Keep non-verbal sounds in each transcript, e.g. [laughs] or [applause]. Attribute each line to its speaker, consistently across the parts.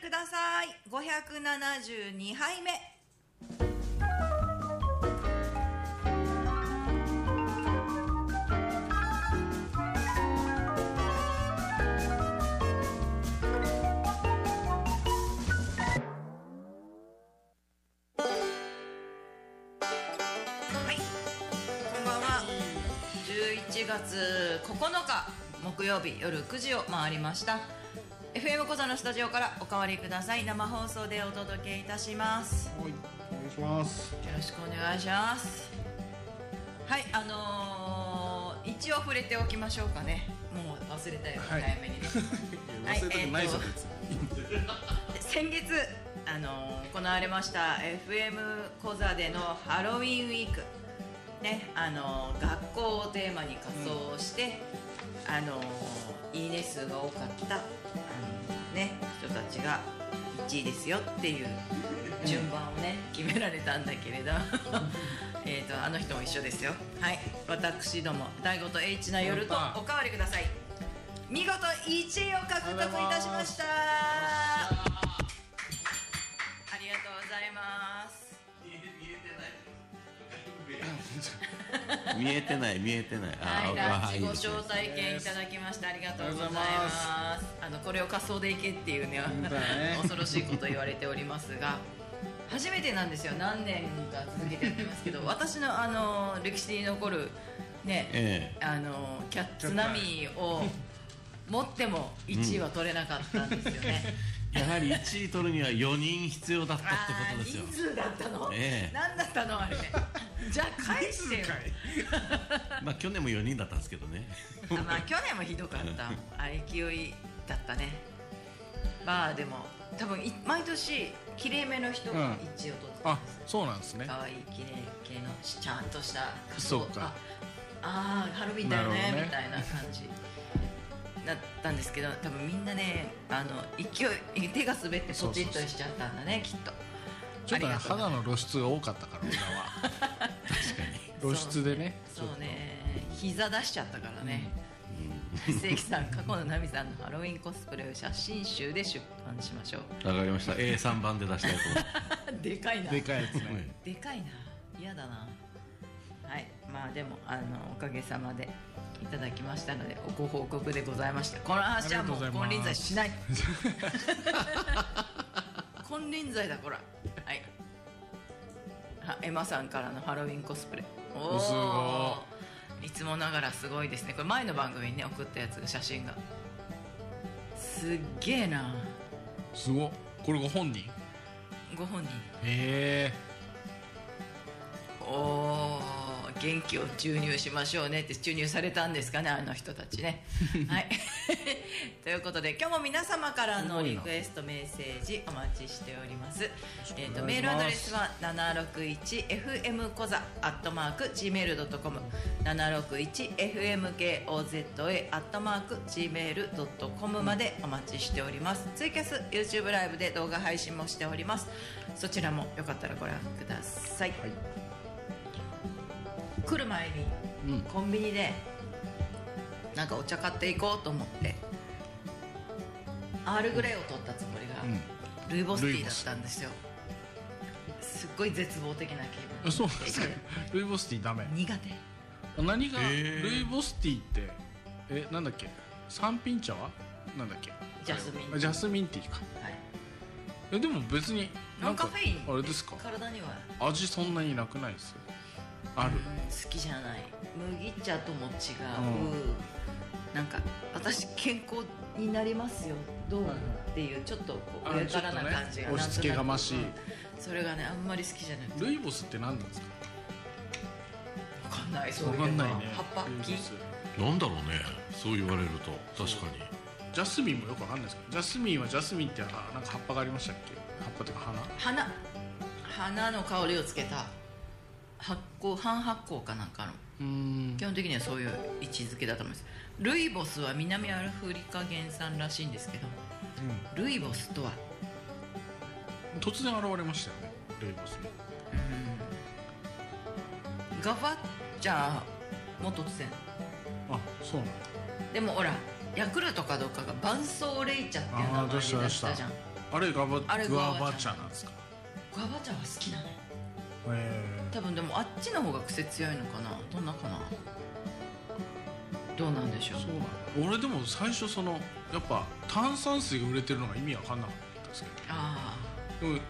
Speaker 1: ください572杯目はいこんばんは11月9日木曜日夜9時を回りました FM 小座のスタジオからおかわりください生放送でお届けいたしますよ
Speaker 2: はい、お願いします。
Speaker 1: ろしくお願いしますはいあのー、一応触れておきましょうかねもう忘れたよ、
Speaker 2: はい
Speaker 1: 早めにはい
Speaker 2: 忘れたくないぞ、
Speaker 1: えーと
Speaker 2: 別に
Speaker 1: 先月あのー行われました FM 小座でのハロウィンウィークねあのー学校をテーマに仮装をして、あのーいいね数が多かったあのね人たちが1位ですよっていう順番をね決められたんだけれど [laughs] えっとあの人も一緒ですよはい私ども大悟と H な夜と
Speaker 2: 乾杯
Speaker 1: おかわりください見事1位を獲得いたしましたありがとうございます。
Speaker 3: 見えてない見えてない
Speaker 1: はい、ランチご招
Speaker 3: ね
Speaker 1: 待券いただきましてありがとうございます。あのこれを仮装で行けっていうね、
Speaker 2: 本当だね
Speaker 1: 恐ろしいこと言われておりますが。初めてなんですよ何年か続けてやってますけ [laughs] ど私のあの歴史に残るね、
Speaker 3: え
Speaker 1: あのキャッツナミーを持っても1位は取れなかったんですよね、
Speaker 3: えやはり1位取るには4人必要だったって
Speaker 1: あ
Speaker 3: こと
Speaker 1: ー
Speaker 3: ですよ
Speaker 1: 人数だったの、
Speaker 3: ええ
Speaker 1: 何だったのあ
Speaker 2: [laughs]
Speaker 1: れじゃあ返してよ
Speaker 3: まあ去年も4人だったんですけどね
Speaker 1: あまあ去年もひどかったあれ勢いだったねまあでも多分い毎年きれいめの人が
Speaker 2: うん
Speaker 1: 一応取って
Speaker 2: あ
Speaker 1: ます、、
Speaker 2: そうなんですね。
Speaker 1: 可愛いきれい系のちゃんとした仮
Speaker 2: そうか
Speaker 1: ああーハロウィンだよ
Speaker 2: なる
Speaker 1: ね
Speaker 2: ほどね
Speaker 1: みたいな感じだったんですけど多分みんなねあの勢い手が滑ってポチッとしちゃったんだねきっと
Speaker 2: ちょっとね
Speaker 1: ありがう
Speaker 2: 肌の露出が多かったから、俺らは。確かに。露出でね。
Speaker 1: そうね膝出しちゃったからね正規さん過去のナミさんのハロウィンコスプレを写真集で出版しましょう
Speaker 3: わかりま [laughs] した A3 番で出したいと思い
Speaker 1: [laughs] でかいな
Speaker 2: でかいやつ
Speaker 3: ま
Speaker 2: ね。
Speaker 3: す
Speaker 1: でかいな嫌だなはいまあでもあのおかげさまでいただきましたのでご報告でございましたこの話はもう
Speaker 2: ありがとうご
Speaker 1: 金
Speaker 2: ざ
Speaker 1: 輪際
Speaker 2: います
Speaker 1: し
Speaker 2: [laughs]
Speaker 1: ない金輪際だこらはいはエマさんからのハロウィンコスプレお
Speaker 2: す
Speaker 1: おいつもながらすごいですねこれ前の番組にね送ったやつが写真がすっげえな
Speaker 2: すごっ。これご本人。
Speaker 1: ご本人
Speaker 2: へえ。
Speaker 1: おー元気を注入しましょうねって注入されたんですかねあの人たちねはい [laughs] ということで今日も皆様からのリクエストメッセージお待ちしておりますえー、と
Speaker 2: お
Speaker 1: メ
Speaker 2: 願
Speaker 1: ー
Speaker 2: いします
Speaker 1: ルアドレスは 761fmkoza.gmail.com 761fmkoza.gmail.com までお待ちしておりますツイキャス YouTube ライブで動画配信もしておりますそちらもよかったらご覧ください、来る前に
Speaker 2: うん。
Speaker 1: コンビニでなんかお茶買っていこうと思ってアールグレイを取ったつもりが、ルイボスティーだったんですよすっごい絶望的な気分
Speaker 2: えそうなんですか。ルイボスティーダメ。
Speaker 1: 苦手
Speaker 2: 何が、
Speaker 3: へー
Speaker 2: ルイボスティーって、え、なんだっけ。三品茶は。なんだっけ。
Speaker 1: ジャスミン
Speaker 2: あジャスミンティーか。
Speaker 1: はい
Speaker 2: え、でも、別に。
Speaker 1: ノンカフェイン
Speaker 2: なんかあれですか。
Speaker 1: 体には
Speaker 2: 味そんなになくないです。ある
Speaker 1: う。ん好きじゃない麦茶とも違う、なんか私健康になりますよどう、
Speaker 2: はいはい
Speaker 1: っていうちょっとこう
Speaker 2: あ
Speaker 1: 上からな
Speaker 2: ちょっとね
Speaker 1: 感じが、
Speaker 2: 押し付けがましい
Speaker 1: なんとなくうんそれがねあんまり好きじゃなくて
Speaker 2: ルイボスって何なんですか。
Speaker 1: 分かんないそう
Speaker 2: わ
Speaker 1: いう
Speaker 2: かん
Speaker 1: の
Speaker 2: ないね。
Speaker 1: 葉っぱ
Speaker 2: ルイボ
Speaker 1: 木
Speaker 2: ス
Speaker 3: なんだろうねそう言われると確かに
Speaker 2: ジャスミンもよくわかんないですけど、ジャスミンはジャスミンってあなんか葉っぱがありましたっけ？葉っぱというか花？
Speaker 1: 花花の香りをつけた発酵半発酵かなんかの
Speaker 2: うん
Speaker 1: 基。本的にはそういう位置づけだと思いますルイボスは南アフリカ原産らしいんですけどルイボスとは
Speaker 2: 突然現れましたよね、ルイボスも。
Speaker 1: ガバッチャーも突然
Speaker 2: あ、そうなんだ。
Speaker 1: でもほらヤクルトかどうかが伴奏レイ茶っていう名前
Speaker 2: あー
Speaker 1: に出したじゃん
Speaker 2: あれがば
Speaker 1: あれ
Speaker 2: グ
Speaker 1: グア
Speaker 2: ア
Speaker 1: バ
Speaker 2: バ
Speaker 1: チ
Speaker 2: チ
Speaker 1: ャ
Speaker 2: ャなんですか
Speaker 1: ガバちゃんは好きなのよ
Speaker 2: へ
Speaker 1: 多分でもあっちの方が癖強いのかなどんなかなどうなんでしょ
Speaker 2: え
Speaker 1: う
Speaker 2: そうなんだ俺でも最初そのやっぱ炭酸水が売れてるのが意味わかんなかったんですけ
Speaker 1: あ
Speaker 2: どでも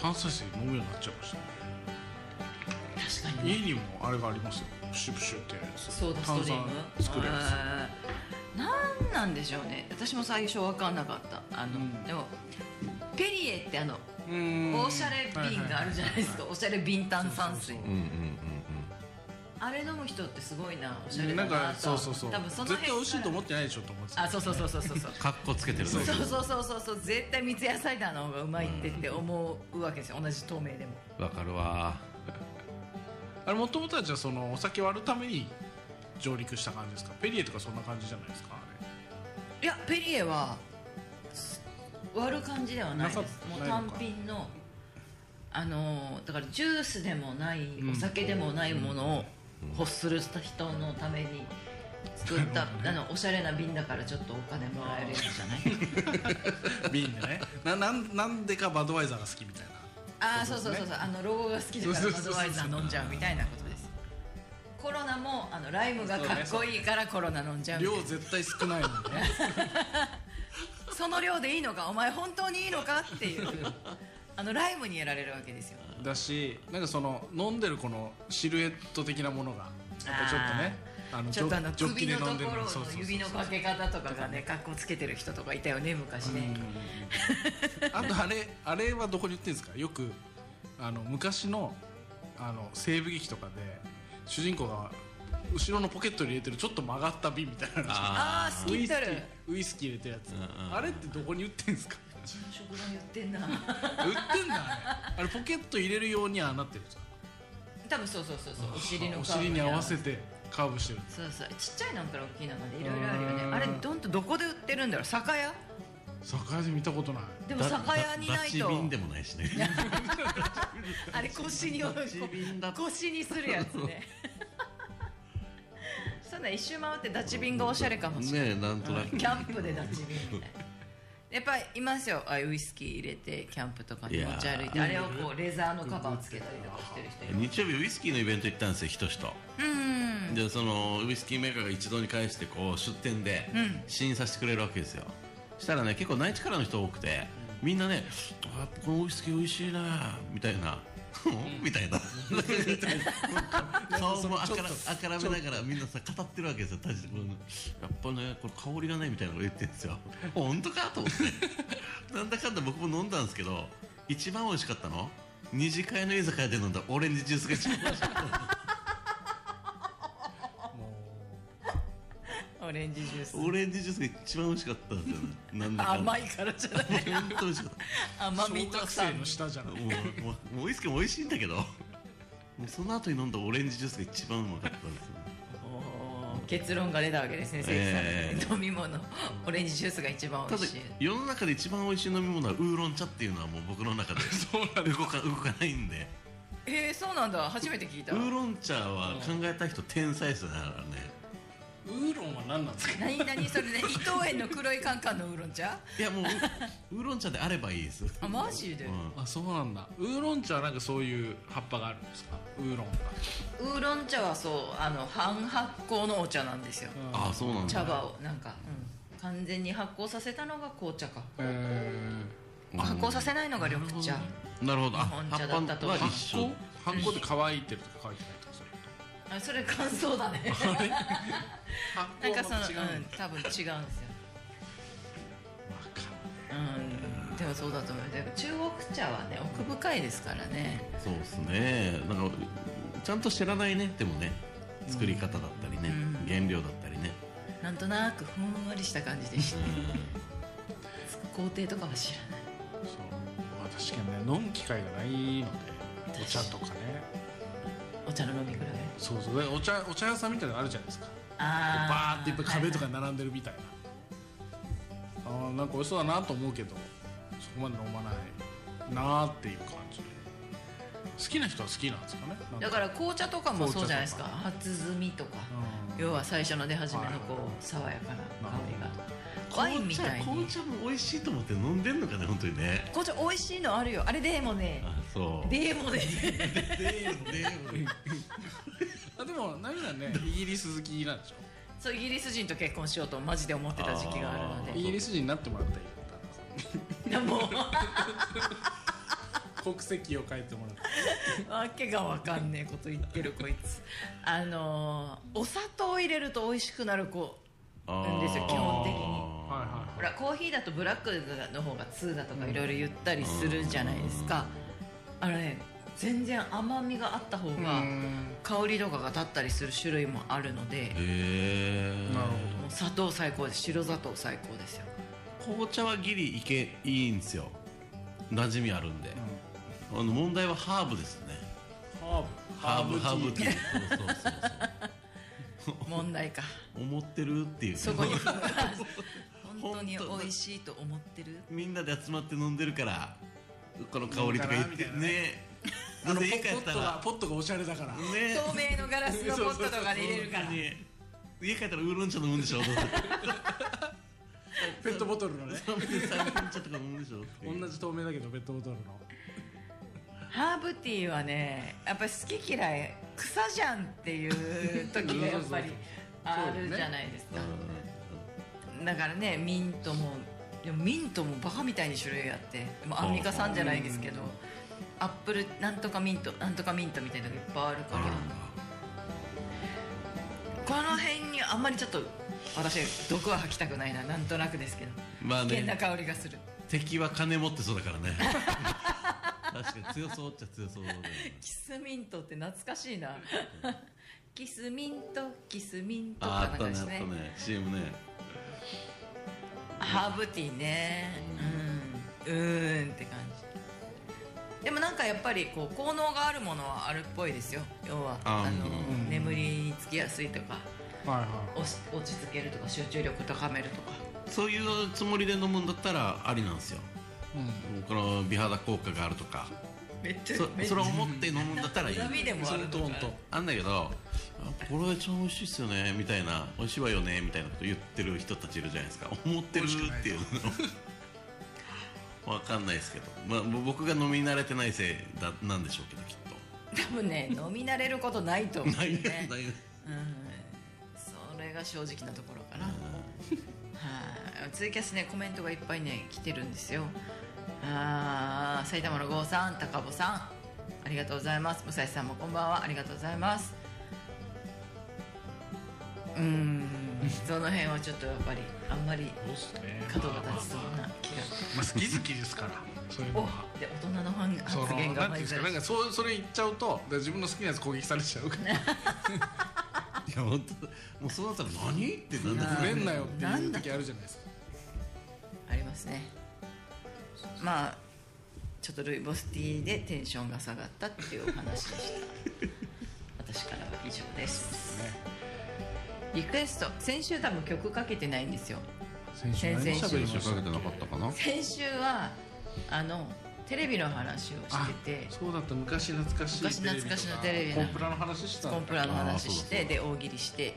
Speaker 2: 炭酸水飲むようになっちゃいました
Speaker 1: あ
Speaker 2: ね
Speaker 1: 確かに
Speaker 2: 家
Speaker 1: ね
Speaker 2: にもあれがありますよプシュプシュってやつ
Speaker 1: ソーダスト
Speaker 2: 炭
Speaker 1: リー
Speaker 2: 酸
Speaker 1: ム
Speaker 2: 作るやつ
Speaker 1: うんなんなんでしょうね私も最初わかんなかったあの、
Speaker 2: うん
Speaker 1: でもペリエってあの
Speaker 2: うーん
Speaker 1: おしゃれ瓶があるじゃないですか、
Speaker 2: は
Speaker 1: おしゃれ瓶炭酸水
Speaker 2: そう
Speaker 3: うんうんうんうん
Speaker 1: あれ飲む人ってすごいなおしゃ
Speaker 2: いは
Speaker 1: れ
Speaker 2: いな
Speaker 1: だ
Speaker 2: ん
Speaker 1: な
Speaker 2: か
Speaker 1: と
Speaker 2: そうそうそう
Speaker 1: 多分その辺
Speaker 2: 絶対美味しいと思
Speaker 1: っ
Speaker 2: ってないでしょと思ってた
Speaker 1: あそうそうそうそうそうそう
Speaker 2: [laughs]
Speaker 3: かっこつけてる
Speaker 1: そう
Speaker 3: だ
Speaker 1: そうそうそうそう絶対三ツ矢サイダーの方がうまいってって思うわけですよ同じ透明でも
Speaker 3: けわかるわ
Speaker 2: あれもともとはじゃあそのお酒割るために上陸した感じですかペリエとかそんな感じじゃないですかあ
Speaker 1: いやペリエは割る感じではない
Speaker 2: な
Speaker 1: で
Speaker 2: かっ
Speaker 1: す
Speaker 2: た
Speaker 1: もう
Speaker 2: ないの
Speaker 1: 単
Speaker 2: か
Speaker 1: 品のあのーだからジュースでもない
Speaker 2: ん
Speaker 1: お酒でもないものを欲する人のために作った、あのおしゃれな瓶だからちょっとお金もらえるやつじゃない
Speaker 2: [laughs] れ瓶でね [laughs] ななんなんでかバドワイザーが好きみたいな
Speaker 1: ああそうそうそうそうあのロゴが好きだか
Speaker 2: そ
Speaker 1: ら
Speaker 2: う
Speaker 1: バ
Speaker 2: そ
Speaker 1: ド
Speaker 2: うそうそう
Speaker 1: ワイザー飲んじゃうみたいなことですコロナもあのライムがかっこいいからコロナ飲んじゃうみたい
Speaker 2: 量
Speaker 1: な
Speaker 2: 絶対少ないの [laughs] にね
Speaker 1: その量でいいのかお前本当にいいのかっていうあのライムにやられるわけですよ
Speaker 2: だしなんかその飲んでるこのシルエット的なものがやっぱちょっとねあの
Speaker 1: ちょっとあの
Speaker 2: ジョッ
Speaker 1: 首
Speaker 2: キで
Speaker 1: の
Speaker 2: 飲
Speaker 1: と
Speaker 2: んでる
Speaker 1: ころの
Speaker 2: そうそうそうそう
Speaker 1: 指のかけ方とかがね格好つけてる人とかいたよね昔ね
Speaker 2: あとあれあれはどこに売ってるんですかよくあの昔のあの西部劇とかで主人公が後ろのポケットに入れてるちょっと曲がった瓶みたいなの
Speaker 1: ああー好
Speaker 2: ウイ
Speaker 1: き
Speaker 2: スキ
Speaker 1: とる
Speaker 2: ーウイスキー入れてるやつ、
Speaker 3: うんうん
Speaker 2: あれってどこに売ってんです [laughs] か
Speaker 1: うちの職場言ってんな
Speaker 2: 売ってんだあれあれポケット入れるようにはなってるんですか
Speaker 1: 多分そうそうそうそうお尻の
Speaker 2: お
Speaker 1: カーブ
Speaker 2: 尻に合わせてカーブしてる
Speaker 1: そうそうちっちゃいのから大きいのまでいろいろあるよね
Speaker 2: うん
Speaker 1: あれどんとどこで売ってるんだろう酒屋
Speaker 2: 酒屋で見たことない
Speaker 1: でも酒屋にない
Speaker 3: ダ
Speaker 1: と
Speaker 3: チ瓶でもないしね
Speaker 1: あれ腰に
Speaker 3: ダチ瓶だと
Speaker 1: 腰にするやつねそんなん一周回ってダチ瓶がおしゃれかもしれない、
Speaker 3: ねえなんとなく
Speaker 1: キャンプでダチ瓶みたいなやっぱりいますよああいうウイスキー入れてキャンプとかに持ち歩いて
Speaker 3: いやー
Speaker 1: あれをこうレザーのカバーつけたりとかしてる人いる
Speaker 3: 日曜日ウイスキーのイベント行ったんですよひとしと
Speaker 1: うん
Speaker 3: でそのウイスキーメーカーが一堂に会してこう出店で
Speaker 1: うん
Speaker 3: 試飲させてくれるわけですよ、したらね結構内地からの人多くてみんなね「あやっぱこのウイスキー美味しいな」みたいな「み
Speaker 1: [laughs]
Speaker 3: たいな顔もあからあからめながらみんなさ語ってるわけですよ確かにやっぱねこれ香りがないみたいなこと言ってるんですよ本当かと思
Speaker 1: [laughs]
Speaker 3: ってなんだかんだ僕も飲んだんですけど一番美味しかったの二次会の居酒屋で飲んだオレンジジュースが一番美味しかった
Speaker 1: オレンジジュース
Speaker 3: オレンジジュースが一番美味しかったんですよね。なんだかんだ
Speaker 1: 甘いからじゃない
Speaker 3: 本当美味しかっ
Speaker 1: 甘みと
Speaker 2: 小学
Speaker 1: さ
Speaker 2: 生の下じゃ
Speaker 3: た。
Speaker 2: ない
Speaker 3: もう、もう、もうウイスキーも美味しいんだけど。もうその後に飲んだオレンジジュースが一番うまかったんですよ。
Speaker 1: おー結論が出たわけですね、
Speaker 3: ええ
Speaker 1: 関さん飲み物オレンジジュースが一番美
Speaker 3: ただ
Speaker 1: 味しい、
Speaker 3: 世の中で一番美味しい飲み物はウーロン茶っていうのはもう僕の中で動か動かないんで。
Speaker 1: えー、そうなんだ初めて聞いた
Speaker 3: ウーロン茶は考えた人天才ですよね。あれね
Speaker 2: ウーロンは何なんですか
Speaker 1: 何何それね伊藤園の黒いカンカンのウーロン茶
Speaker 3: いやもうウウーロン茶であればいいです。
Speaker 1: あマジで、
Speaker 3: うん
Speaker 2: あそうなんだウーロン茶はなんかそういう葉っぱがあるんですかウーロンが
Speaker 1: ウーロン茶はそうあの半発酵のお茶なんですよ
Speaker 3: ああ、そうなんだ。
Speaker 1: 茶葉をなんか、うん完全に発酵させたのが紅茶か
Speaker 2: え
Speaker 3: うん
Speaker 1: 発酵させないのが緑茶
Speaker 3: なるほど。あ、
Speaker 1: 日本茶だったと
Speaker 3: 葉
Speaker 2: ー、
Speaker 3: っぱは
Speaker 2: 発
Speaker 3: 一緒
Speaker 2: 酵。発酵で乾いてるとか乾いてないとかそういうこ
Speaker 1: あそれ感想だ
Speaker 2: [laughs]
Speaker 1: ねな
Speaker 2: と
Speaker 1: んかその、
Speaker 2: 発酵
Speaker 1: う
Speaker 2: も違うんんだ、
Speaker 1: 多分違うんですよ
Speaker 2: わかんない
Speaker 1: うんでもそうだと思うでも中国茶はね奥深いですからね
Speaker 3: そうですねなんかちゃんと知らないねでもね作り方だったりね、
Speaker 1: うん
Speaker 3: 原料だったりね、
Speaker 1: なんとなくふんわりした感じでし
Speaker 3: う
Speaker 1: て
Speaker 3: ん、
Speaker 1: 工程とかは知らない
Speaker 2: そうまあ確かにね飲む機会がないのでお茶とかね
Speaker 1: お茶の飲み比べ
Speaker 2: そうそうでお茶お茶屋さんみたいなのあるじゃないですか
Speaker 1: あ
Speaker 2: バーっていっぱい壁とか
Speaker 1: は
Speaker 2: に並んでるみたいな、あーなんか美味しそうだなと思うけどそこまで飲まないなーっていう感じ好きな人は好きなんですかねなん
Speaker 1: いはいだから紅茶とかもそうじゃないですか
Speaker 2: 紅
Speaker 1: 初摘みとか
Speaker 2: うん
Speaker 1: 要は最初の出始めの
Speaker 2: はい
Speaker 1: こ
Speaker 2: はいう
Speaker 1: 爽やかな香りがワインみたいに
Speaker 3: 紅茶紅茶も美味しいと思って飲んでんのかね本当にね
Speaker 1: 紅茶美味しいのあるよあれでもね
Speaker 3: あそう
Speaker 1: でもね [laughs]
Speaker 3: でで
Speaker 2: あでもナミさん [laughs] ねイギリス好きなんでしょ
Speaker 1: そうイギリス人と結婚しようとマジで思ってた時期があるの
Speaker 3: あ
Speaker 1: で
Speaker 3: ー
Speaker 2: イギリス人になってもらったらいいよ旦那さんに
Speaker 1: いや [laughs] もう
Speaker 2: [laughs] 国籍を変えてもらって
Speaker 1: わけがわかんねえこと言ってるこいつあのーお砂糖を入れると美味しくなる子
Speaker 3: あー
Speaker 1: ですよ基本的に
Speaker 2: はいはい
Speaker 1: ほらコーヒーだとブラックの方が2だとかいろいろ言ったりするじゃないですかあれね全然甘みがあった方が香りとかが立ったりする種類もあるので
Speaker 3: へえ
Speaker 2: なる
Speaker 1: もう砂糖最高です白砂糖最高ですよ
Speaker 3: 紅茶はギリいけいいんですよ馴染みあるんで、あの問題はハーブですね
Speaker 2: ほどハーブ
Speaker 3: ハーブ
Speaker 2: テ
Speaker 3: テ
Speaker 2: ィー
Speaker 3: ィーそうそうそう
Speaker 1: 問題か
Speaker 3: そう思ってるっていう
Speaker 1: そこ [laughs] に本当に
Speaker 3: 本当だ
Speaker 1: 美味しいと思ってる
Speaker 3: みんなで集まって飲んでるからこの香りとか言って
Speaker 2: いいんかなみたいなね
Speaker 3: ね
Speaker 2: あのポ
Speaker 3: で
Speaker 2: ポ
Speaker 3: 家帰っ
Speaker 2: ッ
Speaker 3: た
Speaker 2: トが
Speaker 3: ら
Speaker 2: ポットがおしゃれだから
Speaker 3: ね
Speaker 1: [laughs] 透明のガラスのポットとかで入れるから
Speaker 3: 本当に家帰ったらウーロン茶飲むんでしょどうせ
Speaker 2: [laughs] ペットボトルのね
Speaker 3: 三分三分茶とか飲むんでしょっていう
Speaker 2: 同じ透明だけどペットボトルの
Speaker 1: ハーブティーはねやっぱり好き嫌い草じゃんっていう時がやっぱりあるじゃないですか、だからねミントもでもミントもバカみたいに種類あってもうアンミカさんじゃないですけど
Speaker 2: うん
Speaker 1: アップルなんとかミントなんとかミントみたいなのがいっぱいあるか
Speaker 3: あ
Speaker 1: ら
Speaker 3: ら
Speaker 1: この辺にあんまりちょっと私毒は吐きたくないななんとなくですけど
Speaker 3: まあ
Speaker 1: 危険な
Speaker 3: ね
Speaker 1: 香りがする
Speaker 3: 敵は金持ってそうだか
Speaker 2: [laughs]
Speaker 3: らね確かに強そうっちゃ強そうだよね
Speaker 1: キスミントって懐かしいなキスミントキスミントか
Speaker 3: あ
Speaker 1: な
Speaker 3: あっ
Speaker 1: ん
Speaker 3: た
Speaker 1: か
Speaker 3: ね
Speaker 1: で
Speaker 3: あ
Speaker 1: す
Speaker 3: った
Speaker 1: ね
Speaker 3: ね CM ね
Speaker 1: ハーブティーねうんうーんって感じでもなんかやっぱりこう効能があるものはあるっぽいですよ要は
Speaker 3: あ
Speaker 1: あの、
Speaker 2: うん
Speaker 1: 眠りにつきやすいとか
Speaker 2: はいは
Speaker 1: 落ち落ち着けるとか集中力高めるとか
Speaker 3: そういうつもりで飲むんだったらありなんですよ
Speaker 2: いうん
Speaker 3: この美肌効果があるとか
Speaker 1: めっちゃ
Speaker 3: そ
Speaker 1: めっち
Speaker 3: そ
Speaker 1: ゃ
Speaker 3: れを思って飲むんだったらいい
Speaker 1: 恨みでもあ
Speaker 2: そ
Speaker 1: る
Speaker 2: れ
Speaker 1: とか
Speaker 2: とほんと
Speaker 3: あんだけどあこれは一番美味しいっすよねみたいな美味しいわよねみたいなこと言ってる人たちいるじゃないですか思ってるっていうのわかんないですけど、まあ、僕が飲み慣れてないせいだなんでしょうけどきっ
Speaker 1: 多分ね飲み慣れることないと思う
Speaker 3: と [laughs] ない
Speaker 1: ね
Speaker 3: ない
Speaker 1: うんそれが正直なところかなはい、ツイキャスねコメントがいっぱいね来てるんですよあー埼玉の郷さん高坊さんありがとうございます武蔵さんもこんばんはありがとうございますうーんその辺はちょっとやっぱりあんまり
Speaker 2: そうっすね
Speaker 1: 角が立ちそうな気
Speaker 2: [laughs]
Speaker 1: が
Speaker 2: まあ好き好きですからそういうの
Speaker 1: お
Speaker 2: は
Speaker 1: で大人のファン
Speaker 2: その
Speaker 1: 発言が
Speaker 2: なんていうんです
Speaker 1: り
Speaker 2: かなんかそうそれ言っちゃうとだから自分の好きなやつ攻撃されちゃうから
Speaker 3: いや本当もうそうなったら何ってなんだ
Speaker 2: 触れんなよっていう時あるじゃないですか
Speaker 1: ありますねまあちょっとルイボスティーでテンションが下がったっていうお話でした私からは以上です
Speaker 2: ね
Speaker 1: リクエスト先週多分曲かけてないんですよ
Speaker 2: 先
Speaker 1: 週何喋りま
Speaker 3: かけてなかったかな
Speaker 1: 先週はあのテレビの話をしてて
Speaker 2: そうだった昔懐かしい
Speaker 1: 昔懐かしのテレビ
Speaker 2: コ
Speaker 1: の
Speaker 2: ンプラの話してた
Speaker 1: コンプラの話し
Speaker 3: あ
Speaker 1: て
Speaker 3: ーそうだそうだ
Speaker 1: で大喜利して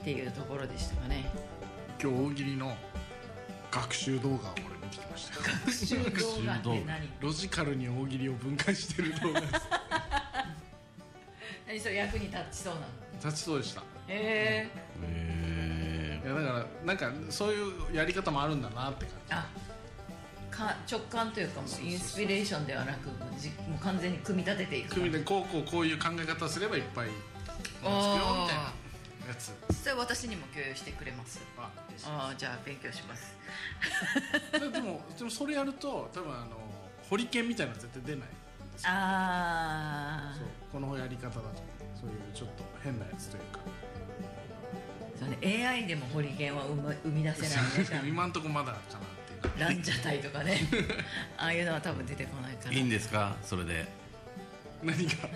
Speaker 1: っていうところでしたか
Speaker 3: [laughs]
Speaker 1: ね
Speaker 2: 今日大喜利の学習動画を俺見てき
Speaker 1: [laughs]
Speaker 2: ましたよ
Speaker 1: 学習動画って
Speaker 3: 学習動画
Speaker 1: 何
Speaker 2: ロジカルに大喜利を分解してる動画です
Speaker 1: 何それ役に立ちそうなの
Speaker 2: 立ちそうでした
Speaker 1: へ
Speaker 3: え
Speaker 2: いやだからなんかそういうやり方もあるんだなって感
Speaker 1: えあか直感というかもうインスピレーションではなくもうじもう完全に組み立ててい
Speaker 2: じ
Speaker 1: く
Speaker 2: 組でこうこうこういう考え方すればいっぱいつくよみたいなやつ
Speaker 1: それ私にも共有してくれます
Speaker 2: は
Speaker 1: ああじゃあ勉強します
Speaker 2: でもでもそれやると多分あのホリケンみたいなの絶対出ない
Speaker 1: ああ
Speaker 2: そうこのやり方だとそういうちょっと変なやつというか
Speaker 1: そうね AI でもホリケンは生む生み出せないね
Speaker 2: 今んとこまだかなっていうか
Speaker 1: ランジャタイとかね [laughs] ああいうのは多分出てこないから
Speaker 3: いいんですかそれで
Speaker 2: 何か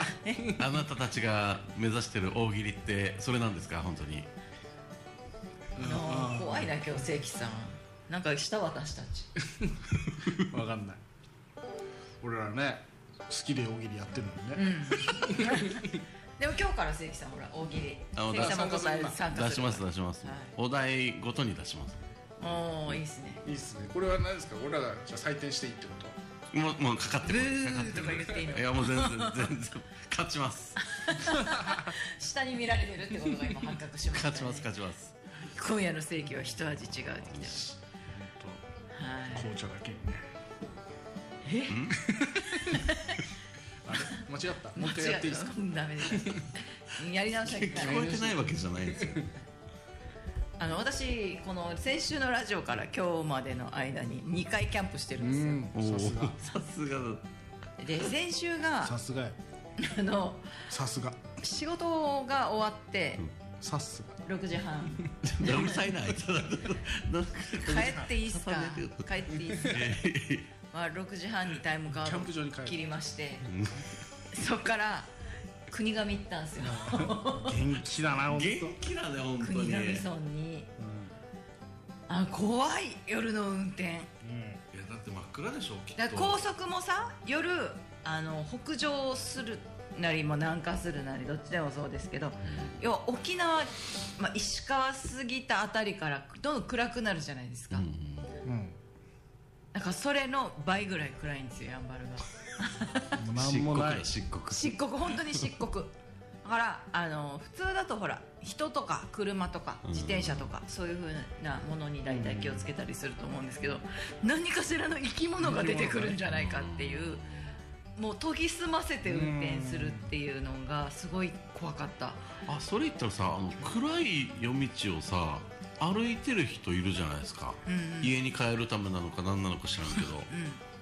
Speaker 3: あなたたちが目指してる大喜利ってそれなんですか本当に
Speaker 1: あの怖いな今日正規さんなんかした私たち
Speaker 2: わかんない俺らね好きで大喜利やってるのに
Speaker 1: う
Speaker 2: ね、
Speaker 1: んでも今日から正規さんほら大喜利
Speaker 3: あ
Speaker 1: 正規さんも
Speaker 2: 出
Speaker 1: 答え
Speaker 2: し
Speaker 1: 参加
Speaker 3: 出
Speaker 1: する
Speaker 3: し
Speaker 1: か
Speaker 3: ま
Speaker 1: ら
Speaker 3: す出します、
Speaker 1: はい
Speaker 3: お題ごとに出します
Speaker 1: おおいいですね
Speaker 2: いいっすねこれは何ですか俺らがじゃあ採点していいってこと
Speaker 3: もうもうかかってこ
Speaker 1: ブ
Speaker 3: い
Speaker 1: ー
Speaker 3: かかって
Speaker 1: とか言っていいの
Speaker 3: いやもう全然全然勝ちます
Speaker 1: 下に見られてるってことが今発覚しました、ね、
Speaker 3: 勝ちます
Speaker 2: [laughs]
Speaker 3: 勝ちます
Speaker 1: 今夜の世紀は一味違うってきたはい
Speaker 2: 紅茶だけにね
Speaker 1: え [laughs]
Speaker 2: あれ間違ったもう一回やっていいですか
Speaker 1: 間違えたうんダメですやり直したく
Speaker 3: 聞
Speaker 1: ない
Speaker 3: こえてないわけじゃないんですよ
Speaker 1: あの私この先週のラジオから今日までの間に2回キャンプしてる
Speaker 2: うん
Speaker 1: ですよ、
Speaker 2: んさすが
Speaker 3: さすがだ
Speaker 1: で先週が
Speaker 2: さすがや
Speaker 1: あの
Speaker 2: さすが
Speaker 1: 仕事が終わって
Speaker 2: さすが
Speaker 1: 6時半
Speaker 3: うるさいなあいつらなんか
Speaker 1: 帰っていいっすか
Speaker 3: 重ねてる
Speaker 1: 帰っていいっすか、まあ、6時半にタイムカ
Speaker 2: キャン
Speaker 1: ー
Speaker 2: プ場に帰
Speaker 1: ド
Speaker 2: る
Speaker 1: 切りましてそっから国頭行ったんですよ
Speaker 2: 元気だな本
Speaker 3: 元気だね本当
Speaker 1: 国
Speaker 3: に
Speaker 1: 頭村にあ怖い夜の運転
Speaker 3: いやだって真っ暗でしょきっ
Speaker 1: だ
Speaker 3: と
Speaker 1: から高速もさ夜あの北上するなりも南下するなりどっちでもそうですけど要は沖縄、まあ、石川過ぎたあたりからどんどん暗くなるじゃないですか、
Speaker 3: うん
Speaker 2: うんうん
Speaker 1: なんかそれの倍ぐらい暗いんですよやんばるが
Speaker 2: もうなんもない
Speaker 3: 漆黒だ漆
Speaker 1: 漆黒本当に漆黒だからあの普通だとほら人とか車とか
Speaker 3: うん
Speaker 1: 自転車とか、そういうふうなものに大体気をつけたりすると思うんですけど、何かしらの生き物が出てくるんじゃないかっていう、もう研ぎ澄ませて運転するっていうのがすごい怖かった、
Speaker 3: 黒あそれ言ったらさあの暗い夜道をさ歩いてる人いるじゃないですか
Speaker 1: うんうん
Speaker 3: 家に帰るためなのか何なのか知らんけど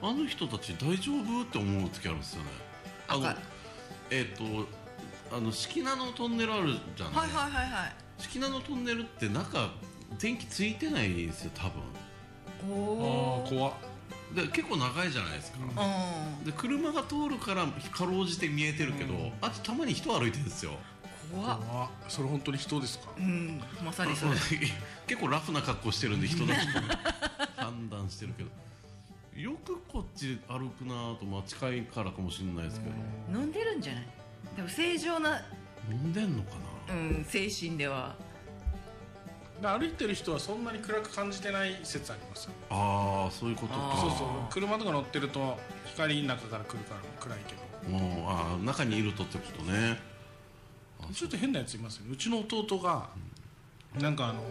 Speaker 1: うん
Speaker 3: あの人たち大丈夫って思う時あるんですよねあの
Speaker 1: わかる
Speaker 3: えっ、とあの四季名のトンネルあるじゃない、
Speaker 1: はいはいはいはい
Speaker 3: 四季名のトンネルって中電気ついてないんですよ多分
Speaker 1: お
Speaker 2: あ
Speaker 1: お
Speaker 2: ー怖っ
Speaker 3: で結構長いじゃないですか、
Speaker 2: うん
Speaker 1: う
Speaker 3: で車が通るからかろうじて見えてるけど、
Speaker 2: うん
Speaker 3: あとたまに人歩いてるんですよ
Speaker 1: ん怖っ
Speaker 2: 怖っそれ本当に人ですか
Speaker 1: うんまさにそ
Speaker 3: そう
Speaker 1: れ
Speaker 3: なんです [laughs] 結構ラフな格好してるんで人だちと判断してるけどよくこっち歩くなぁとまあ近いからかもしれないですけど、
Speaker 1: 飲んでるんじゃないでも正常な、
Speaker 3: 飲んでんのか
Speaker 1: う
Speaker 3: な、
Speaker 1: ん、精神では
Speaker 2: で歩いてる人はそんなに暗く感じてない説ありますよ
Speaker 3: ああそういうこと
Speaker 1: あ
Speaker 3: か
Speaker 1: ー
Speaker 2: そうそう車とか乗ってると光の中から来るから暗いけど
Speaker 3: もうあー中にいるとってことね
Speaker 2: ちょっと変なやついますよねうちの弟がなんかあの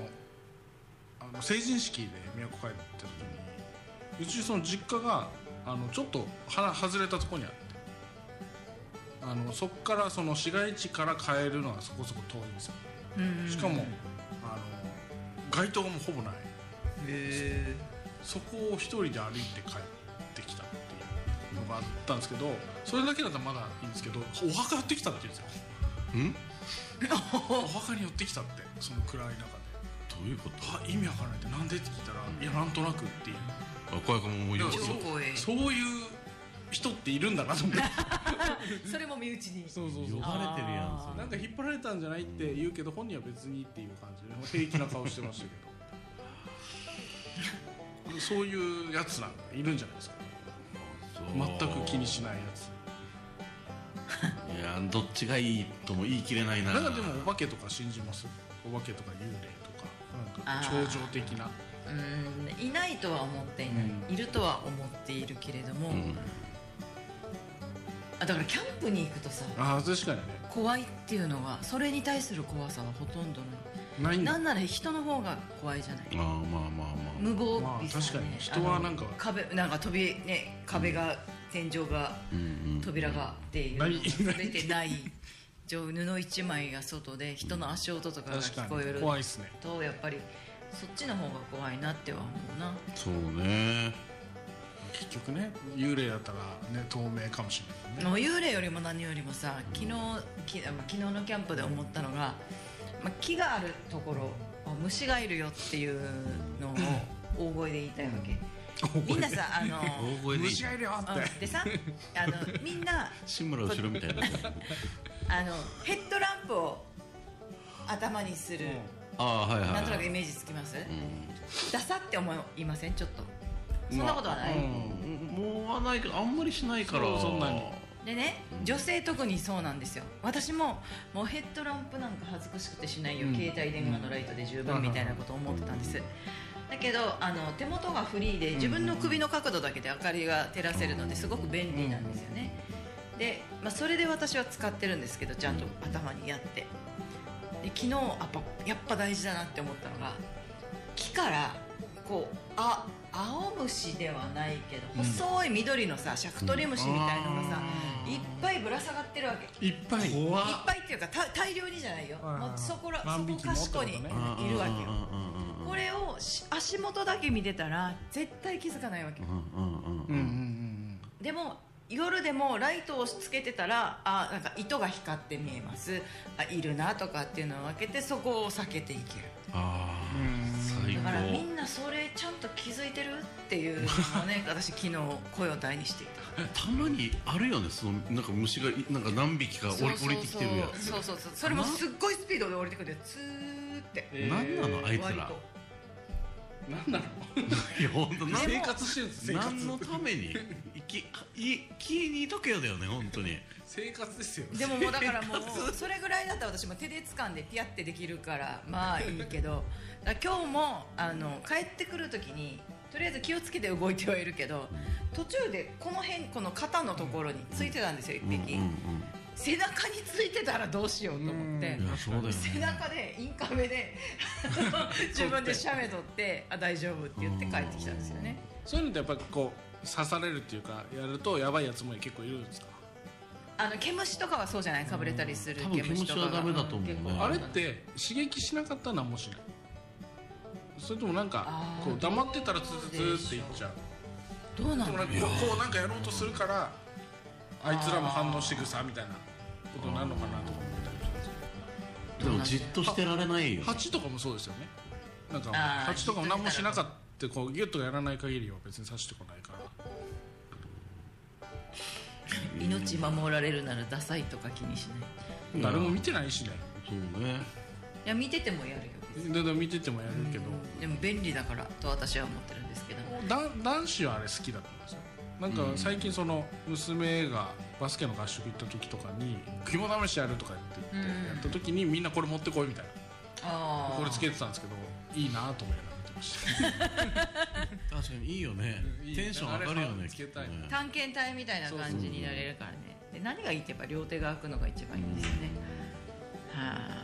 Speaker 2: あの成人式で都帰ってた時にうちその実家があのちょっとは外れたとこにあってあのそっからその市街地から帰るのはそこそこ遠いんですよ
Speaker 1: うん
Speaker 2: しかもあの街灯もほぼない
Speaker 1: へ
Speaker 2: そこを一人で歩いて帰ってきたっていうのがあったんですけどそれだけだったらまだいいんですけどお墓寄ってきたって言うんですよ
Speaker 3: うん
Speaker 2: お墓に寄ってきたってその暗い中で
Speaker 3: どういうこと
Speaker 2: あ意味わからないってなんでって聞いたらいやなんとなくっていう
Speaker 3: あ小籔ももう言う
Speaker 1: 超
Speaker 2: そう
Speaker 1: 怖い
Speaker 2: そういう人っているんだなと思って
Speaker 1: それも身内に
Speaker 2: そうそう
Speaker 3: 呼
Speaker 2: そ
Speaker 3: ばれてるやん
Speaker 1: あ
Speaker 3: そ
Speaker 2: うんなんか引っ張られたんじゃないって言うけど本人は別にっていう感じで平気な顔してましたけ [laughs] どそういうやつなんかいるんじゃないですか
Speaker 3: れ
Speaker 2: 全く気にしないやつ
Speaker 3: いやどっちがいいとも言い切れないな
Speaker 2: なんかでもお化けとか信じますお化けとか幽霊とかなんか超常的な
Speaker 1: うんいないとは思っていない、いるとは思っているけれども、
Speaker 3: うん
Speaker 1: あだからキャンプに行くとさ
Speaker 2: ああ確かにね
Speaker 1: 怖いっていうのがそれに対する怖さはほとんどない
Speaker 2: ないんだ
Speaker 1: なんなら人の方が怖いじゃない
Speaker 3: あーまあまあまあ
Speaker 1: 無防
Speaker 2: ま
Speaker 1: 備
Speaker 2: あ
Speaker 1: さ、ね
Speaker 2: 確かに
Speaker 1: あの
Speaker 2: 人はなんか
Speaker 1: 壁なんか飛びね壁が、天井が
Speaker 3: うんうん
Speaker 1: 扉がっていうの
Speaker 2: ない
Speaker 1: が出てないじゃあ布一枚が外で人の足音とかが聞
Speaker 2: 確
Speaker 1: こ
Speaker 2: か
Speaker 1: え
Speaker 2: に
Speaker 1: る
Speaker 2: 怖いっすね
Speaker 1: とやっぱりそっちの方が怖いなっては思うな
Speaker 3: そうね
Speaker 2: 結局ね幽霊だったらね透明かもしれないね
Speaker 1: もう幽霊よりも何よりもさ昨日きあ昨日のキャンプで思ったのが、まあ、木があるところあ虫がいるよっていうのを大声で言いたいわけみんなさ [laughs] あの
Speaker 3: 大声でいい
Speaker 2: 虫がいるよっ
Speaker 1: うんでさあのみんな
Speaker 3: 志村後ろみたいな
Speaker 1: あのヘッドランプを頭にする
Speaker 2: て、
Speaker 3: ああーはいはい、は
Speaker 1: な
Speaker 3: い、
Speaker 1: んとなくイメージつきます
Speaker 3: う
Speaker 1: ダサって思いませんちょっとそんなことはない、
Speaker 3: んうんもうはないけどあんまりしないから
Speaker 2: そうそんなに
Speaker 1: でね女性特にそうなんですよ私ももうヘッドランプなんか恥ずかしくてしないよ、
Speaker 2: うん
Speaker 1: 携帯電話のライトで十分みたいなこと思ってたんです、だけどあの手元がフリーで自分の首の角度だけで明かりが照らせるのですごく便利なんですよねで、まあ、それで私は使ってるんですけどちゃんと頭にやってで昨日やっぱやっぱ大事だなって思ったのが木からこうあ青虫ではないけど
Speaker 3: うん
Speaker 1: 細い緑のさシャクトリムシみたいのがさ
Speaker 2: あー
Speaker 1: いっぱいぶら下がってるわけ
Speaker 2: いっぱい
Speaker 1: い
Speaker 2: 怖
Speaker 1: っぱいっていうかた大量にじゃないよ、
Speaker 2: はいはいはい
Speaker 1: もうそこらそ
Speaker 2: 万
Speaker 1: こ
Speaker 2: 引きも
Speaker 1: かしこにい
Speaker 2: ってこと
Speaker 3: うん
Speaker 1: るわけよ
Speaker 3: うんうんうんうん
Speaker 1: これをし足元だけ見てたら絶対気づかないわけ
Speaker 3: うんう
Speaker 2: う
Speaker 3: んうん
Speaker 2: うん
Speaker 3: ん
Speaker 2: うん
Speaker 1: でも夜でもライトをつけてたらあなんか糸が光って見えますあいるなとかっていうのを分けてそこを避けていける
Speaker 3: あ
Speaker 2: うん
Speaker 3: ー最
Speaker 1: だからみ
Speaker 3: 高
Speaker 1: んなそれちゃんと気づいてるっていうのを
Speaker 3: [laughs]
Speaker 1: ね私昨日声を大にしていた
Speaker 3: たまにあるよねそのなんか虫がいなんか何匹か降り降りてきてるや
Speaker 1: [laughs]
Speaker 3: つ
Speaker 1: そうそうそうそれもすっごいスピードで降りてくるよツーって
Speaker 2: えー
Speaker 3: 何なのあいつ
Speaker 1: 割
Speaker 3: ら
Speaker 1: と
Speaker 2: なんなの
Speaker 3: いや本当
Speaker 2: 生活してるんです生活
Speaker 3: 何のために生きい木にいとけよだよね本当に
Speaker 2: 生活ですよ
Speaker 1: でももうだからも
Speaker 3: [laughs]
Speaker 1: うそれぐらいだったら私も手で掴んでピヤってできるからまあいいけどだから今日もあの帰ってくる時にとりあえず気をつけて動いてはいるけど途中でこの辺この肩のところについてたんですよ一匹、
Speaker 3: うんうん
Speaker 1: 背中についてたらどうしようと思って
Speaker 3: うんいやそうだよね
Speaker 1: 背中でインカメ
Speaker 3: [laughs]
Speaker 1: で自分で写メ撮ってあ大丈夫って言って帰ってきたんですよね
Speaker 2: そういうのってやっぱこう刺されるっていうかやるとやばいやつも結構いるんですか
Speaker 1: あの毛虫とかはそうじゃないかぶれたりする
Speaker 3: 多分
Speaker 1: 毛虫とかが
Speaker 3: 毛虫はダメだと思うね
Speaker 1: ん結構
Speaker 2: あれって刺激しなかったらもしないそれともなんか
Speaker 1: あー
Speaker 2: こう黙ってたらツツツっていっちゃう
Speaker 1: どうな
Speaker 2: で
Speaker 1: ん
Speaker 2: も
Speaker 1: だ
Speaker 2: なん
Speaker 1: ろ
Speaker 2: か
Speaker 1: う
Speaker 2: こうこうなんかやろうとするからあいつらも反応してくさみたいなことになるのかなとか思ったりするんですけ
Speaker 3: でもじっとしてられないよ
Speaker 2: ど蜂とかもそうですよねなんか
Speaker 1: あー
Speaker 2: 蜂とかも何もしなかったこうギュッとやらない限りは別に刺してこないから
Speaker 1: 命守られるならダサいとか気にしない
Speaker 2: 誰も見てないしね
Speaker 3: そうね
Speaker 1: いや見ててもやるよ
Speaker 2: だんだん見ててもやるけど
Speaker 1: でも便利だからと私は思ってるんですけど
Speaker 2: だ男子はあれ好きだったんですよなんか最近その娘がバスケの合宿行った時とかに「肝試しやる」とか言って言って
Speaker 1: うん
Speaker 2: やった時にみんなこれ持ってこいみたいな
Speaker 1: ああ
Speaker 2: これつけてたんですけどいいなと思いながら見てま
Speaker 1: [laughs]
Speaker 2: した
Speaker 3: 確かにいいよね
Speaker 2: うんいい
Speaker 3: テンション上がるよ
Speaker 2: あれ
Speaker 3: ね
Speaker 2: つけたい
Speaker 3: きっとね
Speaker 1: 探検隊みたいな感じになれるからねで何がいいってやっぱ両手が開くのが一番いいんですよねはあ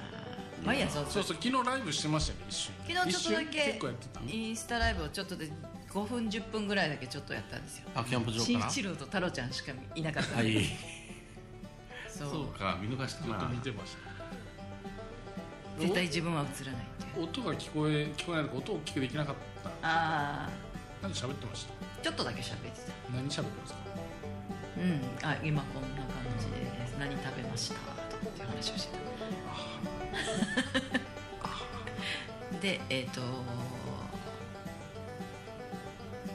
Speaker 1: 毎朝
Speaker 2: そうそう昨日ライブしてましたよね一瞬
Speaker 1: 昨日ちょっとだけ
Speaker 2: 一瞬結構やってた
Speaker 1: インスタライブをちょっとで5分10分ぐらいだけちょっとやったんですよ
Speaker 3: あキャンプ場
Speaker 1: 新
Speaker 3: から
Speaker 1: 一郎と太郎ちゃんしかいなかったん
Speaker 3: は
Speaker 1: で
Speaker 3: い
Speaker 1: そ
Speaker 3: そううか見逃した
Speaker 2: ちょっと
Speaker 3: な
Speaker 2: 見てました
Speaker 1: 絶対自分は映らないっていう
Speaker 2: お音が聞こえ聞こえないのか音を大きくできなかった
Speaker 1: ああ
Speaker 2: 何喋ってました
Speaker 1: ちょっとだけ喋ってた
Speaker 2: 何喋ってますか
Speaker 1: うん、あ今こんな感じです何食べましたとかっていう話をしてたでえっ、と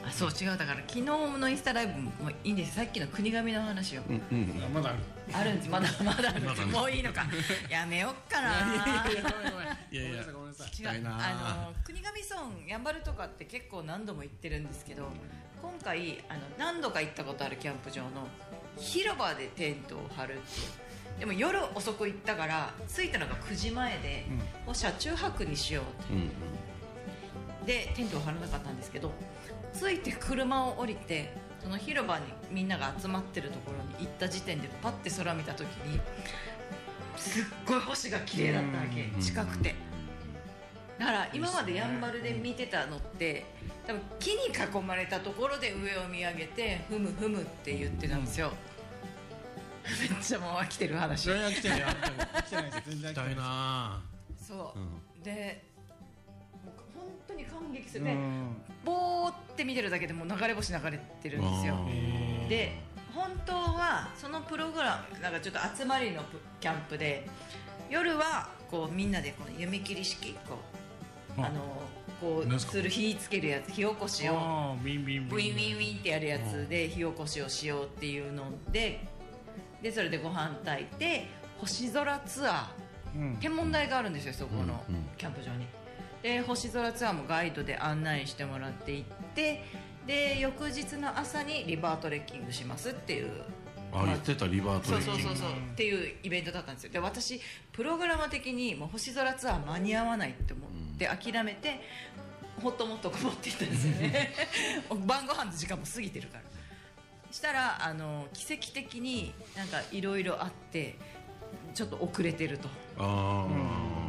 Speaker 1: あそう違うだから昨日のインスタライブもいいんですさっきの国神の話を
Speaker 3: うんうん
Speaker 2: あまだある
Speaker 1: あるんですまだまだあるん
Speaker 3: ま
Speaker 1: で
Speaker 3: だ
Speaker 1: す
Speaker 3: ね
Speaker 1: もういいのかやめよっ [laughs] かな
Speaker 2: やごめんごめん
Speaker 3: いやいや
Speaker 2: ごめんなさいごめんなさい
Speaker 1: 違う
Speaker 3: たいな
Speaker 1: あの国頭村やんばるとかって結構何度も行ってるんですけど今回あの何度か行ったことあるキャンプ場の広場でテントを張るっていうでも夜遅く行ったから着いたのが9時前で、もう車中泊にしようって
Speaker 3: うん
Speaker 1: でテントを張らなかったんですけど着いて車を降りてその広場にみんなが集まってるところに行った時点でパッて空見た時にすっごい星が綺麗だったわ
Speaker 3: う
Speaker 1: け
Speaker 3: ん
Speaker 1: 近くてだから今までやんばるで見てたのって多分木に囲まれたところで上を見上げて「ふむふむ」って言ってたんですよめっちゃもう飽きてる話
Speaker 2: いやいや来てない来てないです全然
Speaker 3: 行き
Speaker 2: 来て
Speaker 3: た
Speaker 2: ない
Speaker 3: いな
Speaker 1: そ
Speaker 3: うん
Speaker 1: うでもう本当に感激す
Speaker 2: う
Speaker 1: るね
Speaker 2: ん
Speaker 1: ぼーって見てるだけでもう流れ星流れてるんですよ
Speaker 3: あー
Speaker 1: で本当はそのプログラムなんかちょっと集まりのプキャンプで夜はこうみんなでこの弓切り式こう
Speaker 2: あ
Speaker 1: あのこ
Speaker 2: 何
Speaker 1: う
Speaker 2: ですか
Speaker 1: する火つけるやつ火起こしを
Speaker 2: あーウィンウィンウィン
Speaker 1: ウィンウィンウィンってやるやつで火起こしをしようっていうのででそれでご飯炊いて星空ツア
Speaker 2: うん
Speaker 1: ー天文台があるんですよそこの
Speaker 3: うんうん
Speaker 1: キャンプ場に。で星空ツアーもガイドで案内してもらって行ってで翌日の朝にリバートレッキングしますっていう
Speaker 3: あ言ってたリバート
Speaker 1: そ
Speaker 3: レ
Speaker 1: う
Speaker 3: ッキ
Speaker 1: そう
Speaker 3: ング
Speaker 1: そうそうっていうイベントだったんですよで私プログラム的にもう星空ツアー間に合わないって思って諦めてほっともっとこもっていったんですよ
Speaker 3: [laughs]
Speaker 1: ね晩ご飯の時間も過ぎてるからしたらあの奇跡的になんかいろいろあってちょっと遅れてると
Speaker 3: あ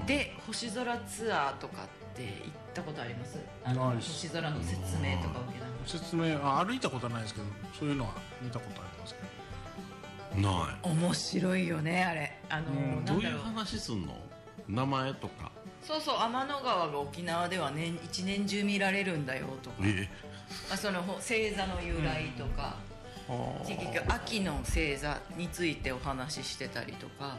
Speaker 3: あ
Speaker 1: で星空ツアーとかって行ったことありますあの
Speaker 2: ないです
Speaker 1: 星空の説明とか受けなが
Speaker 2: 説明あ歩いたことはないですけどそういうのは見たことありますけど
Speaker 3: な
Speaker 1: ら面白いよねあれあの、
Speaker 2: うん
Speaker 3: い
Speaker 1: な
Speaker 3: ど
Speaker 1: ん
Speaker 3: う
Speaker 1: だ
Speaker 3: い
Speaker 1: ろ
Speaker 3: う
Speaker 1: う
Speaker 3: 話すんの名前とか
Speaker 1: そうそう天の川が沖縄では年一年中見られるんだよとか、
Speaker 3: え
Speaker 1: まあ、そのほ星座の由来とか、結局秋の星座についてお話ししてたりとか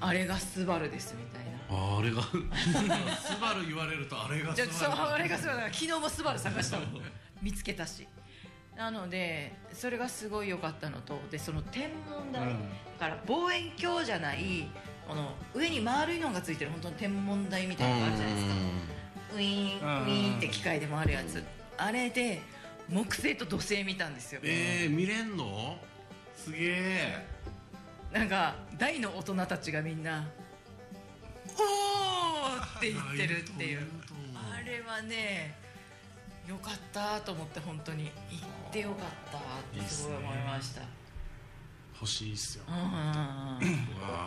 Speaker 1: あれがスバルですみたいな。
Speaker 3: ああれがスバル言われるとあれが
Speaker 1: じゃあ
Speaker 3: ス
Speaker 1: そう
Speaker 3: バ
Speaker 1: あ
Speaker 3: ル
Speaker 1: れがスバルだから昨日もスバル探したもん見つけたしなのでそれがすごい良かったのとでその天文台、
Speaker 2: うん
Speaker 1: だから望遠鏡じゃないこの上に丸いのがついてる本当に天文台みたいなのがあるじゃないですかウィーン
Speaker 2: うん
Speaker 1: ウィーンって機械で回るやつあれで木星と土星見たんですよ
Speaker 3: えー、見れんのすげえ
Speaker 1: なんか大の大人たちがみんな「おー!」って言ってるっていうあれはねよかったと思って本当に行ってよかったってすごい思いました
Speaker 2: 欲しいっすよ
Speaker 1: うんうんうん
Speaker 3: わ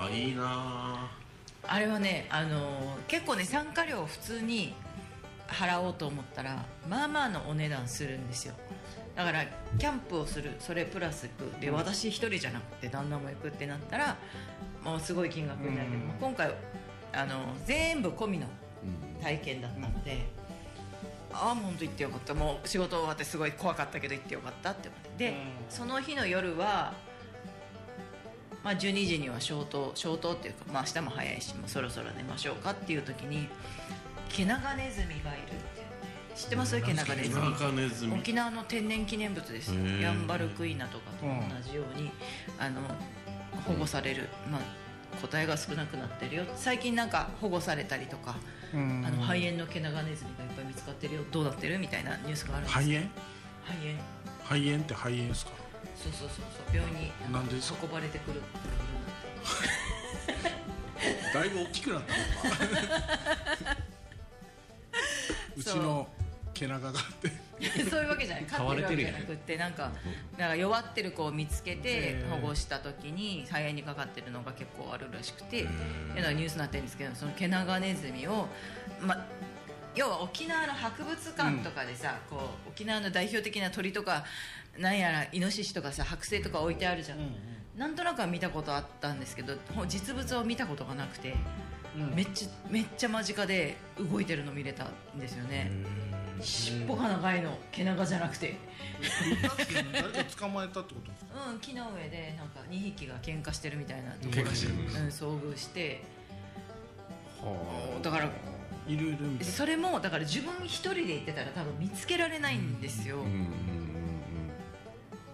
Speaker 3: あいいな
Speaker 1: あれはねあのー結構ね参加料を普通に払おうと思ったらまあまあのお値段するんですよだからキャンプをするそれプラス行くで私一人じゃなくて旦那も行くってなったらもうすごい金額になるけど、
Speaker 2: うん
Speaker 1: 今回あの全部込みの
Speaker 3: うん
Speaker 1: 体験だったので、ああもう本当行ってよかったもう仕事終わってすごい怖かったけど行ってよかったって思ってで、
Speaker 2: うん
Speaker 1: その日の夜は、まあ、12時には消灯消灯っていうか、まあ、明日も早いしもうそろそろ寝ましょうかっていう時にケナガネズミがいるって言って知ってますケナガネズミ
Speaker 3: 中ネズミ
Speaker 1: 沖縄の天然記念物ですよ
Speaker 3: へー
Speaker 1: ヤンバルクイナとかと同じように、あの保護される、まあ、個体が少なくなってるよ最近なんか保護されたりとか
Speaker 2: うん
Speaker 1: あの肺炎の毛長ネズミがいっぱい見つかってるよどうなってるみたいなニュースがあるんです
Speaker 2: 肺炎
Speaker 1: 肺炎
Speaker 2: 肺炎って肺炎ですか
Speaker 1: そうそうそうそう病院に
Speaker 2: なんでですか
Speaker 1: 運ばれてくる [laughs]
Speaker 2: だいぶ大きくなったのか [laughs] うちの毛長があって
Speaker 1: そういうわけじゃない飼
Speaker 3: 飼われ
Speaker 1: って
Speaker 3: て
Speaker 1: る
Speaker 3: る
Speaker 1: わ
Speaker 3: や
Speaker 1: けじゃ
Speaker 3: ん
Speaker 1: なくってなんかなんか弱ってる子を見つけて
Speaker 2: へー
Speaker 1: 保護した時に肺炎にかかってるのが結構あるらしくてっていうのがニュースになってるんですけどそのケナガネズミを、ま、要は沖縄の博物館とかでさ、こう沖縄の代表的な鳥とかなんやらイノシシとかさ剥製とか置いてあるじゃんなんとなくは見たことあったんですけどほん実物を見たことがなくて [laughs] めっちゃめっちゃ間近で動いてるの見れたんですよね尻尾が長いの毛長じゃなくて
Speaker 2: 誰か捕まえたってことですか
Speaker 1: うん木の上でなんか2匹が喧嘩してるみたいなところ
Speaker 3: 喧
Speaker 1: に
Speaker 3: 嘩してるんです
Speaker 1: うん、遭遇して
Speaker 3: は
Speaker 1: だから
Speaker 2: いるいるみたい
Speaker 1: それもだから自分一人で行ってたら多分見つけられないんですよ、
Speaker 3: あうんうん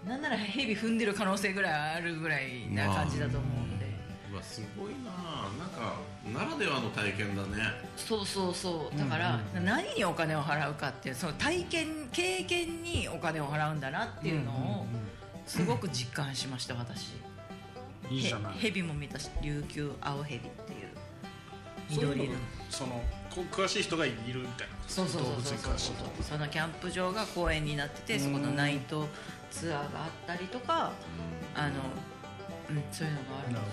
Speaker 1: なんならヘビ踏んでる可能性ぐらいあるぐらい
Speaker 3: うん
Speaker 1: な感じだと思うんで、
Speaker 3: うんうわすごいななんかならではの体験だね
Speaker 1: そうそうそうだから、
Speaker 2: うん
Speaker 1: 何にお金を払うかっていうその体験経験にお金を払うんだなっていうのを、すごく実感しました私
Speaker 2: いいじゃない
Speaker 1: ヘビも見たし琉球青ヘビっていう
Speaker 2: そういう
Speaker 1: 緑
Speaker 2: の
Speaker 1: 色の
Speaker 2: そのこ詳しい人がいるみたいな
Speaker 1: そうそうそう
Speaker 2: 動物
Speaker 1: そう
Speaker 2: に
Speaker 1: そう
Speaker 2: 関し
Speaker 1: そ
Speaker 2: て
Speaker 1: のキャンプ場が公園になっててそこのナイトツアーがあったりとかあの、うん、そういうのがあるんで
Speaker 2: なる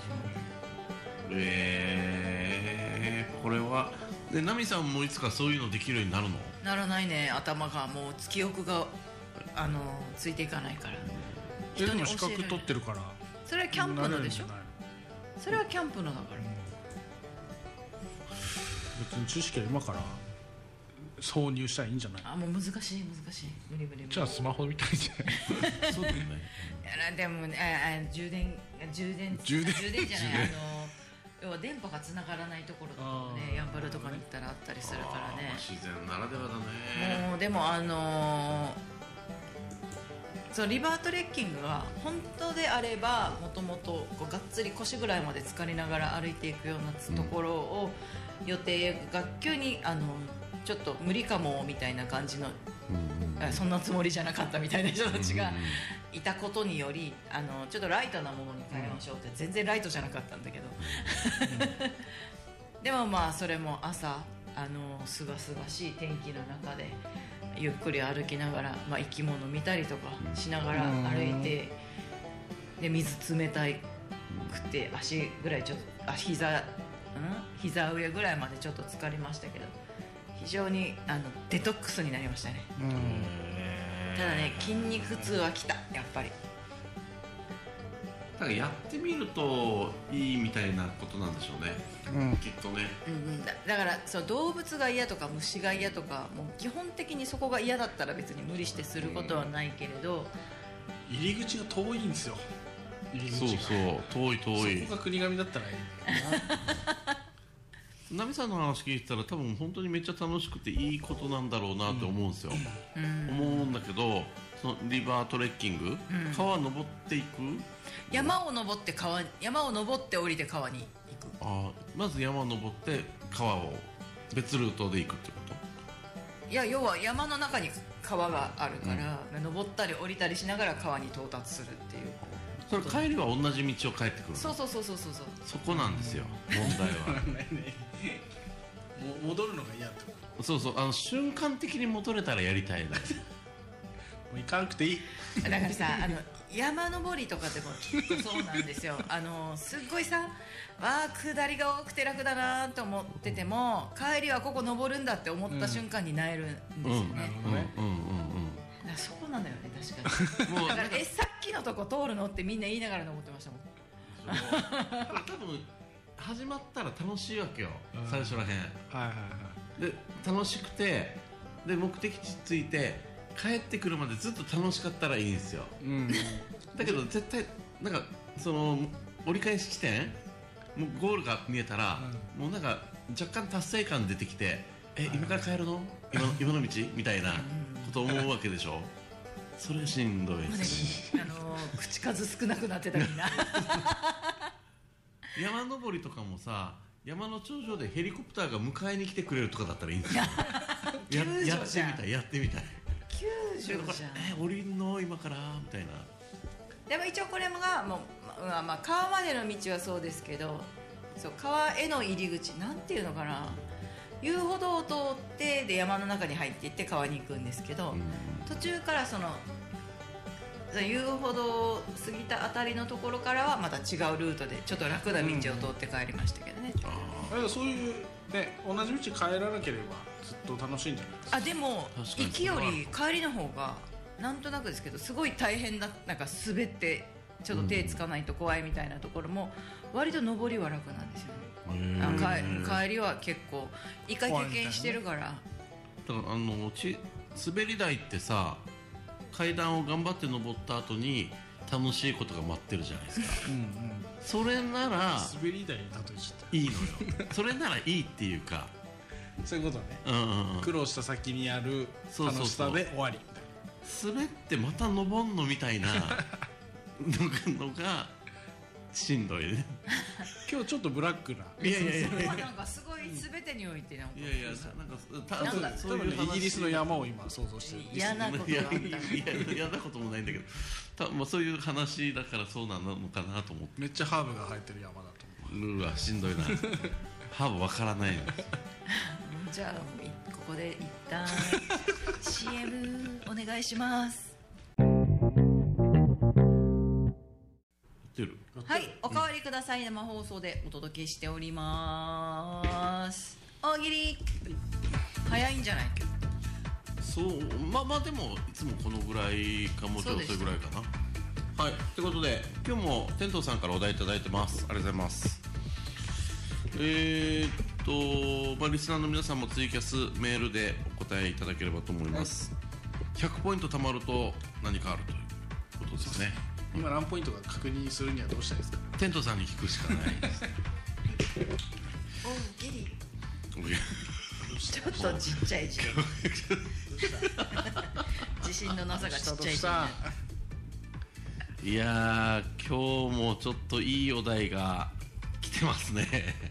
Speaker 3: えー、これはで奈美さんもいつかそういうのできるようになるの
Speaker 1: ならないね頭がもう記憶があのついていかないから
Speaker 2: で
Speaker 1: 人に
Speaker 2: も
Speaker 1: 教
Speaker 2: 資
Speaker 1: えられ
Speaker 2: 格
Speaker 1: ない
Speaker 2: 取ってるから
Speaker 1: それはキャンプ
Speaker 2: なれ
Speaker 1: の
Speaker 2: るん
Speaker 1: で
Speaker 2: じ
Speaker 1: し
Speaker 2: ゃ
Speaker 1: ょ
Speaker 2: ない
Speaker 1: それはキャンプのだから
Speaker 2: 別に知識は今から挿入したらいいんじゃない
Speaker 1: あもう難しい難しい無理無理無理
Speaker 2: じゃあスマホみたいじゃない
Speaker 3: そうだ
Speaker 1: [laughs]
Speaker 3: よね
Speaker 1: あでもねああ充電充電
Speaker 2: 充電
Speaker 1: 充電じゃないあの
Speaker 2: [laughs]
Speaker 1: 要は電波が繋がらないところとかも
Speaker 2: あ
Speaker 1: ね
Speaker 2: ー
Speaker 1: やんばるとかに行ったらあったりするから
Speaker 3: あー
Speaker 1: ね
Speaker 3: 自然ならではだね
Speaker 1: もうでもあのーそうリバートレッキングは本当であればもともとこうがっつり腰ぐらいまで浸かりながら歩いていくようなつ
Speaker 3: うん
Speaker 1: ところを予定学級にあのちょっと無理かもみたいな感じの、あそんなつもりじゃなかったみたいな人たちが。
Speaker 3: うんうん
Speaker 1: いたことによりあのちょっとライトなものに変えましょうって、 [laughs] 全然ライトじゃなかったんだけどでもまあそれも朝あのすがすがしい天気の中でゆっくり歩きながら、まあ、生き物見たりとかしながら
Speaker 2: うん
Speaker 1: 歩いてで水冷たいくて足ぐらいちょっとあ膝ん膝上ぐらいまでちょっと疲れましたけど非常にあのデトックスになりましたね
Speaker 2: うん
Speaker 1: ただね筋肉痛はきたやっぱり
Speaker 3: だからやってみるといいみたいなことなんでしょうね
Speaker 2: うん
Speaker 3: きっとね
Speaker 1: うんうん、だだからその動物が嫌とか虫が嫌とかもう基本的にそこが嫌だったら別に無理してすることはないけれど、
Speaker 2: 入り口が遠いんですよ入り口
Speaker 3: そう
Speaker 2: が
Speaker 3: そう遠い遠い
Speaker 2: そこが国神だったらいい
Speaker 3: ナミさんの話聞いてたら多分本当にめっちゃ楽しくていいことなんだろうなって思うんですよ、
Speaker 1: うん
Speaker 3: 思うんだけどそのリバートレッキング、
Speaker 1: ん
Speaker 3: 川登っていく
Speaker 1: 山を登って川に山を登って降りて川に行く
Speaker 3: あーまず山登って川を別ルートで行くってこと
Speaker 1: いや要は山の中に川があるから、登ったり降りたりしながら川に到達するっていう
Speaker 3: それ帰りは同じ道を帰ってくるの
Speaker 1: そうそうそうそうそうそう
Speaker 3: そこなんですよ問題
Speaker 2: な [laughs]
Speaker 3: は
Speaker 2: も戻るのが嫌ってこ
Speaker 3: そうそうあの瞬間的に戻れたらやりたいな
Speaker 2: ともう行かなくていい
Speaker 1: だからさあの山登りとかでもきっとそうなん [laughs] ですよあのすっごいさわあ下りが多くて楽だなと思ってても帰りはここ登るんだって思った瞬間になえるんですよ
Speaker 3: うん
Speaker 2: な
Speaker 1: ね
Speaker 2: る、ほど
Speaker 3: うんうん
Speaker 2: ね
Speaker 1: だからそこなのよね [laughs] 確か
Speaker 3: うんうんもう
Speaker 1: にだ
Speaker 3: なん
Speaker 1: か
Speaker 3: から
Speaker 1: えさっきのとこ通るのってみんな言いながら登ってましたもん
Speaker 3: [laughs]
Speaker 1: [laughs]
Speaker 3: 多分始まったら楽しいわけよ、
Speaker 2: うん
Speaker 3: 最初らへん
Speaker 2: はいはい
Speaker 3: で楽しくてで目的地着いて帰ってくるまでずっと楽しかったらいいんですよ
Speaker 2: はいうん
Speaker 3: だけど絶対なんかその折り返し地点もうゴールが見えたら、もうなんか若干達成感出てきてえ
Speaker 2: はい
Speaker 3: 今から帰るの今の今の道みたいなこと思うわけでしょそれしんどい
Speaker 1: もうね
Speaker 3: ですね
Speaker 1: あの口数少なくなってたみん [laughs] な
Speaker 3: 山登りとかもさ山の頂上でヘリコプターが迎えに来てくれるとかだったらいいんですよや
Speaker 1: 救助じゃん
Speaker 3: やってみたいやってみたい
Speaker 1: 救助
Speaker 3: これ
Speaker 1: じゃん
Speaker 3: え降りんの今からみたいな
Speaker 1: でも一応これもがもう、まあまあ、川までの道はそうですけどそう川への入り口なんていうのかな遊歩道を通ってで山の中に入っていって川に行くんですけど、途中からそのその遊歩道を過ぎたあたりのところからはまた違うルートでちょっと楽な道を通って帰りましたけどね、
Speaker 3: あ
Speaker 2: あれそういうね同じ道帰らなければずっと楽しいんじゃないですか
Speaker 1: あでも
Speaker 3: 確かに
Speaker 1: 行きより帰りの方がなんとなくですけどすごい大変だなんか滑ってちょっと手つかないと怖いみたいなところも割と上りは楽なんですよね
Speaker 3: ーへ
Speaker 1: あ
Speaker 3: ー
Speaker 1: 帰帰りは結構一回経験してるから
Speaker 3: だからあのち滑り台ってさ階段を頑張って登った後に楽しいことが待ってるじゃないですか
Speaker 2: うんうん
Speaker 3: それなら
Speaker 2: 滑り台に例えちゃっ
Speaker 3: いいのよそれならいいっていうか
Speaker 2: たそういうことね
Speaker 3: うんうんうん
Speaker 2: 苦労した先にある
Speaker 3: そう
Speaker 2: 楽
Speaker 3: そう
Speaker 2: し
Speaker 3: そう
Speaker 2: さで終わり
Speaker 3: 滑ってまた登んのみたいなのがのがしんどいね
Speaker 2: 今日ちょっとブラックない
Speaker 3: やいやいやいやいや
Speaker 1: なんかすごい全てにおいてなんか
Speaker 3: なんかた
Speaker 1: なんか
Speaker 3: そう
Speaker 2: 多
Speaker 3: い
Speaker 2: 分
Speaker 3: う
Speaker 2: ね
Speaker 3: 話
Speaker 2: イギリスの山を今想像してる
Speaker 1: 嫌なことがあった
Speaker 3: いやいやいや嫌なこともないんだけどた、まあ、そういう話だからそうなのかなと思って
Speaker 2: めっちゃハーブが生えてる山だと思
Speaker 3: うわしんど [laughs] いなハーブわからないの
Speaker 1: じゃあいここで一旦 CM お願いします
Speaker 3: 出る
Speaker 2: う
Speaker 1: はいおかわりください生放送でお届けしております大喜利早いんじゃない
Speaker 3: そうまあまあでもいつもこのぐらいかもうち
Speaker 1: そ
Speaker 3: ょっと
Speaker 1: うです
Speaker 3: 遅いぐらいかなはいということで今日も天童さんからお題いただいてますありがとうございますえー、っと、まあ、リスナーの皆さんもツイキャスメールでお答えいただければと思います、100ポイント貯まると何かあるということですね
Speaker 2: 今何ポイントか確認するにはどうしたらいいですか
Speaker 3: テントさんに聞くしかない [laughs] ですね
Speaker 1: 大喜利ちょっとちっちゃい字で自信のなさがちっちゃい字で
Speaker 3: いやー今日もちょっといいお題が来てますね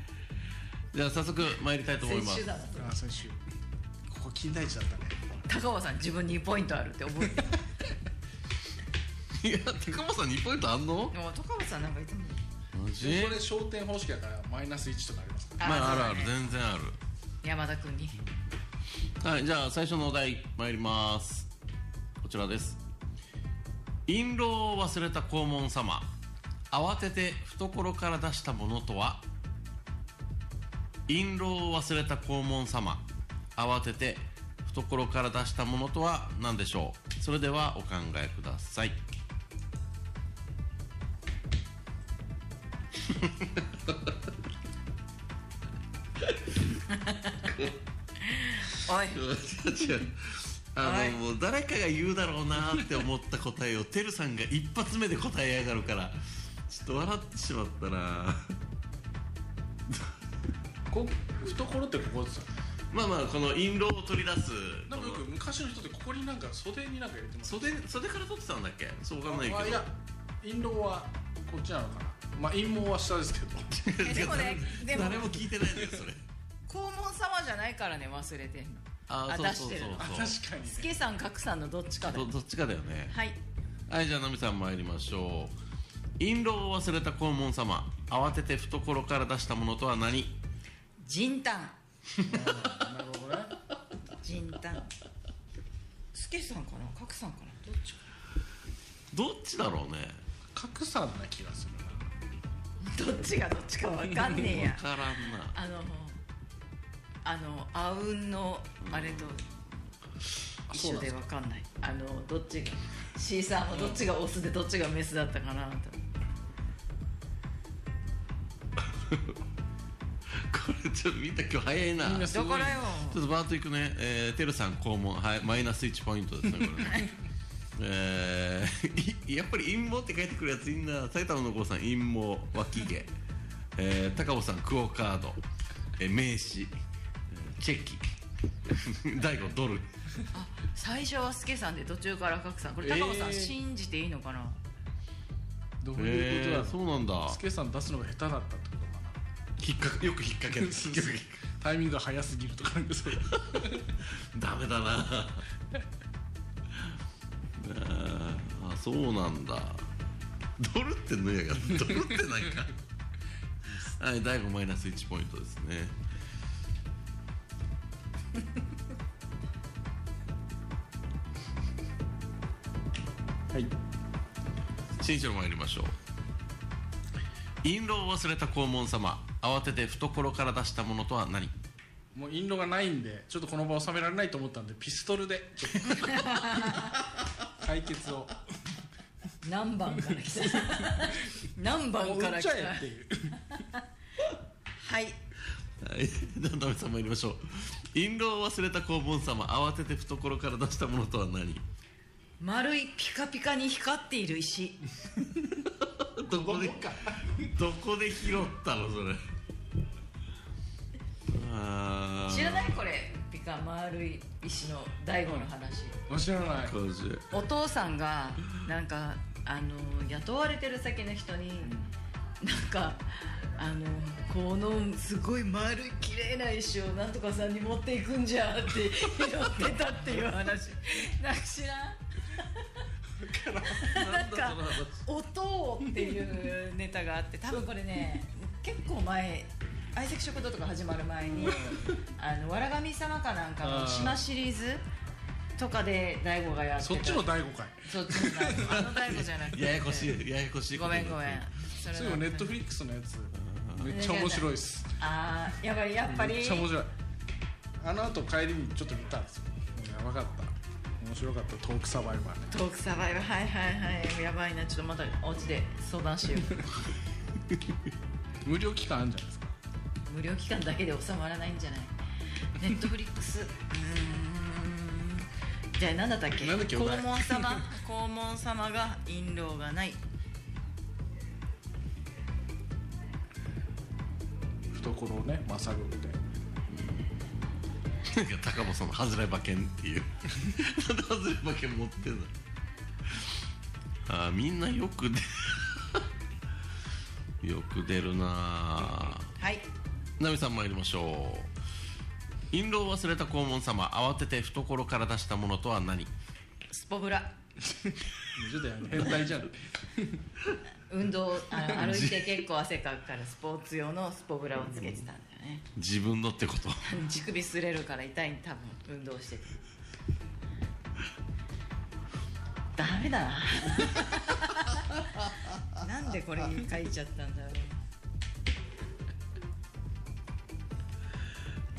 Speaker 3: [laughs] じゃあ早速参りたいと思い
Speaker 1: 先
Speaker 3: ます
Speaker 1: 週だな
Speaker 2: あ先週ここ金田一だったね
Speaker 1: 高尾さん自分2ポイントあるって覚え
Speaker 3: [laughs]
Speaker 1: て
Speaker 3: いや高間さん2ポイントあんの
Speaker 1: でも高尾さんなんかいつも
Speaker 3: マ
Speaker 2: これ焦点方式だからマイナス1とかありますか
Speaker 3: まああるある
Speaker 1: そうだね
Speaker 3: 全然ある
Speaker 1: 山田君に
Speaker 3: はい、じゃあ最初のお題参ります。こちらです。印籠を忘れた黄門様。慌てて懐から出したものとは印籠を忘れた黄門様。慌てて懐から出したものとは何でしょうそれではお考えください。
Speaker 1: おい
Speaker 3: 違う違う [laughs] あの、
Speaker 1: はい
Speaker 3: もう誰かが言うだろうなって思った答えをてるさんが一発目で答えやがるからちょっと笑ってしまったな
Speaker 2: こ懐ってここですよね
Speaker 3: まあまあこの印籠を取り出す
Speaker 2: なんかよく昔の人ってここになんか袖になんか入れてます
Speaker 3: 袖袖から取ってたんだっけそうわかんないけど
Speaker 2: あいや印籠はこっちなのかなまあ陰謀は下ですけど
Speaker 1: えでもねでも
Speaker 3: [laughs] 誰も聞いてないんだよそれ
Speaker 1: 黄門様じゃないからね忘れてんの
Speaker 3: あ
Speaker 1: あ
Speaker 3: そうそ
Speaker 1: 出し
Speaker 3: う
Speaker 1: てる
Speaker 2: あ確
Speaker 3: そうそ
Speaker 2: かにね
Speaker 1: 助さん格さんのどっちか
Speaker 3: う
Speaker 1: で
Speaker 3: どどっちかだよね
Speaker 1: はい
Speaker 3: はいじゃあナミさん参りましょう印籠を忘れた黄門様慌てて懐から出したものとは何
Speaker 1: ジンタン
Speaker 2: なるほどね
Speaker 1: ジンタン助さんかな格さんかなどっちか
Speaker 3: どっちだろうね
Speaker 2: 格差な気がするな
Speaker 3: [laughs]
Speaker 1: どっちがどっちかわかんねえ
Speaker 3: わ
Speaker 1: や
Speaker 3: からんな
Speaker 1: あのあのあうんのあれと一緒でわかんないあのどっちが C さんもどっちがオスでどっちがメスだったかなと
Speaker 3: これちょっとみんな今日早いな
Speaker 2: みんな
Speaker 3: ち
Speaker 2: す
Speaker 1: だ
Speaker 2: ごい
Speaker 1: からよ
Speaker 3: ょっとバーッといくね、えー、てるさん肛門はいマイナス1ポイントですねこれねえー、いやっ [laughs] ぱり陰謀って書いてくるやついいんな埼玉の郷さん陰謀脇毛、えー、高尾さんクオカード、えー、名刺えーチェキ [laughs] 大悟ドル
Speaker 1: あ最初は助さんで途中から格さんこれ高尾さん、
Speaker 2: えー
Speaker 1: 信じていいのかな
Speaker 2: どういうこと
Speaker 3: え
Speaker 2: だろ
Speaker 3: ー、
Speaker 2: う
Speaker 3: そうなんだ
Speaker 2: スケさん出すのが下手だったってことかな
Speaker 3: 引っかよく引っ掛け
Speaker 2: [laughs]
Speaker 3: る結局
Speaker 2: タイミングが早すぎるとかなんかそういう
Speaker 3: ダメだなあー [laughs] あそうなんだドルってのやがドルってなんか [laughs] はい第5マイナス1ポイントですね
Speaker 2: はい
Speaker 3: 新書参りましょう印籠を忘れた黄門様慌てて懐から出したものとは何
Speaker 2: もう印籠がないんでちょっとこの場を収められないと思ったんでピストルでちょっと解決を
Speaker 1: 何番から来た何
Speaker 2: も
Speaker 1: 番
Speaker 2: う
Speaker 1: から
Speaker 2: 売っ
Speaker 1: 来
Speaker 2: ち
Speaker 1: た
Speaker 2: ゃえっていう
Speaker 1: はい
Speaker 3: はい、 [laughs] ダメさん参りましょう印籠を忘れた黄門様慌てて懐から出したものとは何
Speaker 1: 丸いピカピカに光っている石
Speaker 3: どこでどこで拾ったのそれあー
Speaker 1: 知らないこれピカ丸い石の大悟の話
Speaker 2: もう知らない
Speaker 3: こじ
Speaker 1: お父さんがなんかあの雇われてる先の人に、なんかあのこのすごい丸い綺麗な石をなんとかさんに持っていくんじゃって拾ってたっていう話なんか知らん
Speaker 3: なん
Speaker 1: だその音っていうネタがあって多分これね結構前相席食堂とか始まる前に「あのわら神様」かなんかの島シリーズとかで大悟がやってた
Speaker 2: そっちの大悟かい
Speaker 1: そっちの大悟あの大悟じゃなくて
Speaker 3: ややこしいややこしい
Speaker 1: ごめんごめんそ
Speaker 2: そういえばネットフ
Speaker 1: リ
Speaker 2: リックスのやつめっちゃ面白いっす
Speaker 1: ああやっぱりやっぱり
Speaker 2: めっちゃ面白いあの後帰りにちょっと見たんですよもうやばかった面白かったトークサバイバーね
Speaker 1: トークサバイブはいはいはいやばいなちょっとまたお家で相談しよ
Speaker 2: [laughs]
Speaker 1: う
Speaker 2: 無料期間あるんじゃないですか
Speaker 1: 無料期間だけで収まらないんじゃないネットフリックスうーんじゃあ何だったっけ
Speaker 2: なんだっけお
Speaker 1: 黄
Speaker 2: 題
Speaker 1: 門様黄門様が印籠がない
Speaker 2: 懐をねまさぐって
Speaker 3: なんか高本さんの外れ馬券っていう [laughs] なんで外れ馬券持ってんのあーみんなよく出 [laughs] よく出るなあ
Speaker 1: はい
Speaker 3: ナミさん参りましょう印籠を忘れた黄門様慌てて懐から出したものとは何
Speaker 1: スポブラ
Speaker 2: ちょっとやめ変態じゃん
Speaker 1: 運動あ
Speaker 2: [laughs]
Speaker 1: の歩いて結構汗かくからスポーツ用のスポブラをつけてたんだよね
Speaker 3: 自分のってこと
Speaker 1: [laughs] 乳首擦れるから痛いに多分運動しててダメだな [laughs] なんでこれに書いちゃったんだろ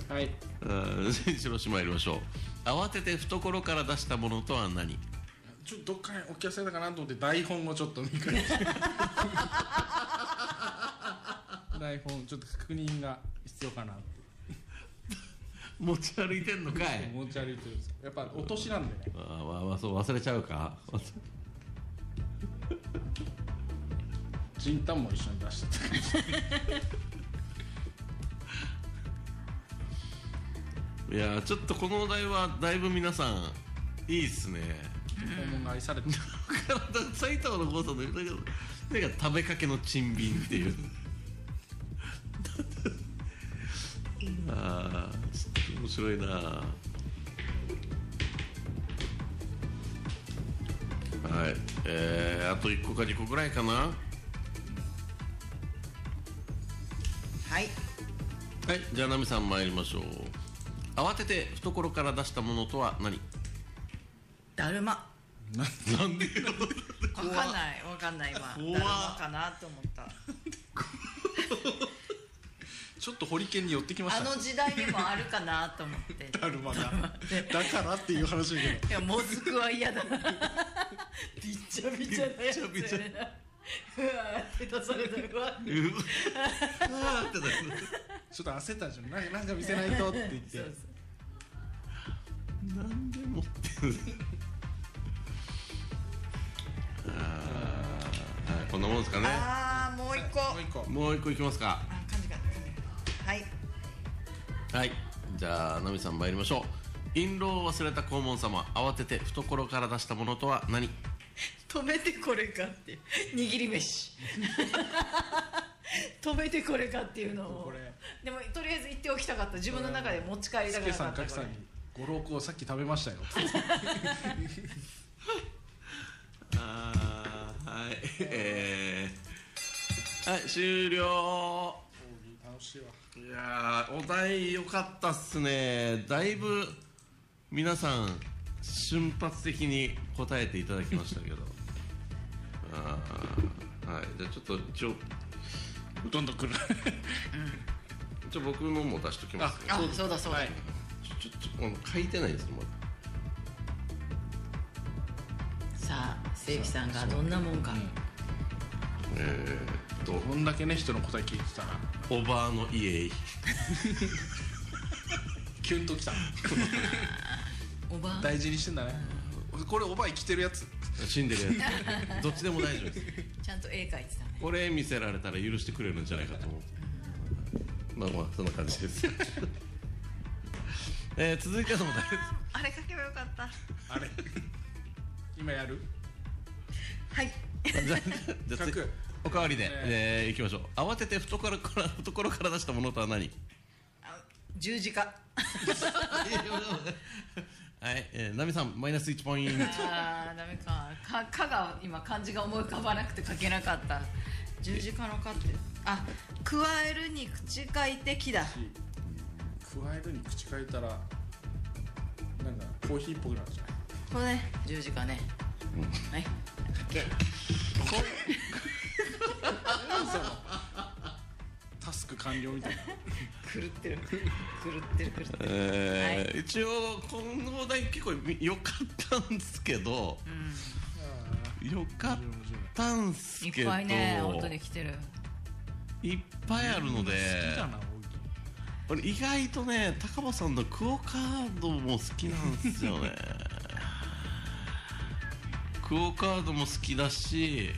Speaker 1: う
Speaker 2: はい
Speaker 3: うん [laughs] 白島参りましょう慌てて懐から出したものとは何
Speaker 2: ちょっとどっかに置き忘れたかなと思って台本をちょっと見 [laughs] 返して台本ちょっと確認が必要かなって
Speaker 3: 持ち歩いてんのかい
Speaker 2: 持ち歩いてるんですよやっぱお年なんでね
Speaker 3: あーわわそう忘れちゃうか [laughs] 忘れ
Speaker 2: チンタンも一緒に出してた
Speaker 3: いやーちょっとこのお題はだいぶ皆さんいいっすね
Speaker 2: 訪問が愛さ [laughs] れてる
Speaker 3: 体埼玉の郷さんのなんかなんか食べかけの珍品っていうあーちょっと面白いなはいえー、あと1個か2個ぐらいかな
Speaker 1: はい
Speaker 3: はいじゃあナミさん参りましょう慌てて懐から出したものとは何 [laughs]
Speaker 1: だるま
Speaker 3: なんでよ
Speaker 1: わかんないわかんない今
Speaker 3: 怖
Speaker 1: だるまかなと思った
Speaker 2: ちょっとホリケンに寄ってきまし
Speaker 1: あ
Speaker 2: たね
Speaker 1: の時代にもあるかなと思って
Speaker 2: だるまがだからっていう話だけど
Speaker 1: いやもずくは嫌だなびっちゃびちゃなやつ
Speaker 3: びっちゃびちゃ
Speaker 1: [laughs] うわーって出されたうわ
Speaker 3: うわあーってなる
Speaker 2: ちょっと焦ったじゃんなんかなんか見せないとって言って
Speaker 1: そうそう
Speaker 3: なんで持ってるあーはいこんなもんですかね
Speaker 1: ああもう一個
Speaker 2: もう一個
Speaker 3: もう一個いきますか
Speaker 1: あ感じがはい
Speaker 3: はいじゃあナミさん参りましょう印籠を忘れた黄門様慌てて懐から出したものとは何
Speaker 1: 止めてこれかって握り飯 [laughs] 止めてこれかっていうの
Speaker 2: こ
Speaker 1: を
Speaker 2: れ
Speaker 1: でもとりあえず言っておきたかった自分の中で持ち帰り
Speaker 2: ス
Speaker 1: たく
Speaker 2: ケ
Speaker 1: なか
Speaker 2: さん
Speaker 1: っ
Speaker 2: カ
Speaker 1: た
Speaker 2: キさ
Speaker 1: こ
Speaker 2: ん
Speaker 1: れ
Speaker 2: に「五郎子をさっき食べましたよ」
Speaker 3: あーはいえー、はい終了
Speaker 2: 楽しいわ
Speaker 3: いやーお題良かったっすねだいぶ皆さん瞬発的に答えていただきましたけど [laughs] あーはいじゃあちょっと一応
Speaker 2: どんどん来る
Speaker 3: ちょ僕のも出しときますね
Speaker 1: あそうだそうだ、
Speaker 3: ちょちょちょあの書いてないんですよまだ
Speaker 1: さあ正規さんがどんなもんか、
Speaker 3: えー、っと
Speaker 2: こんだけね人の答え聞いてたら
Speaker 3: おばあの家へ
Speaker 2: キュンときた
Speaker 1: おばあ
Speaker 2: 大事にしてんだねこれおばあ生きてるやつ
Speaker 3: 死んでるやつ [laughs] どっちでも大丈夫です
Speaker 1: ちゃんと絵描いてたね
Speaker 3: これ見せられたら許してくれるんじゃないかと思ってまあまあそんな感じです [laughs] えー、続いてのお題です
Speaker 1: あれ描けばよかった
Speaker 2: あれ今やる
Speaker 1: はい
Speaker 3: じゃあ、じゃあ、
Speaker 2: 100
Speaker 3: おかわりで、
Speaker 2: ね
Speaker 3: えー、行きましょう。慌てて懐から、懐から出したものと
Speaker 1: [laughs]
Speaker 3: は何。
Speaker 1: あ十字架
Speaker 3: はい、えー、ナミさん、マイナス1ポイント。
Speaker 1: あーダメかか「か」が今漢字が思い浮かばなくて書けなかった十字架の「か」ってあ加えるに口書いて「木」だ
Speaker 2: 加えるに口変えたらなんかコーヒーっぽくなっちゃう
Speaker 1: これね十字架ね、はい OK
Speaker 2: タスク完了みたいな
Speaker 1: 狂ってる狂ってる狂ってる
Speaker 3: えー一応、このお題結構み良かったんですけど、良かったんす
Speaker 1: い
Speaker 3: け
Speaker 1: っ
Speaker 3: ど、
Speaker 1: ぱいね本当に来てる
Speaker 3: いっぱいあるので、
Speaker 2: 好きだな
Speaker 3: 俺意外とね、高尾さんのクオカードも好きなんですよね。 [laughs] クオカードも好きだし、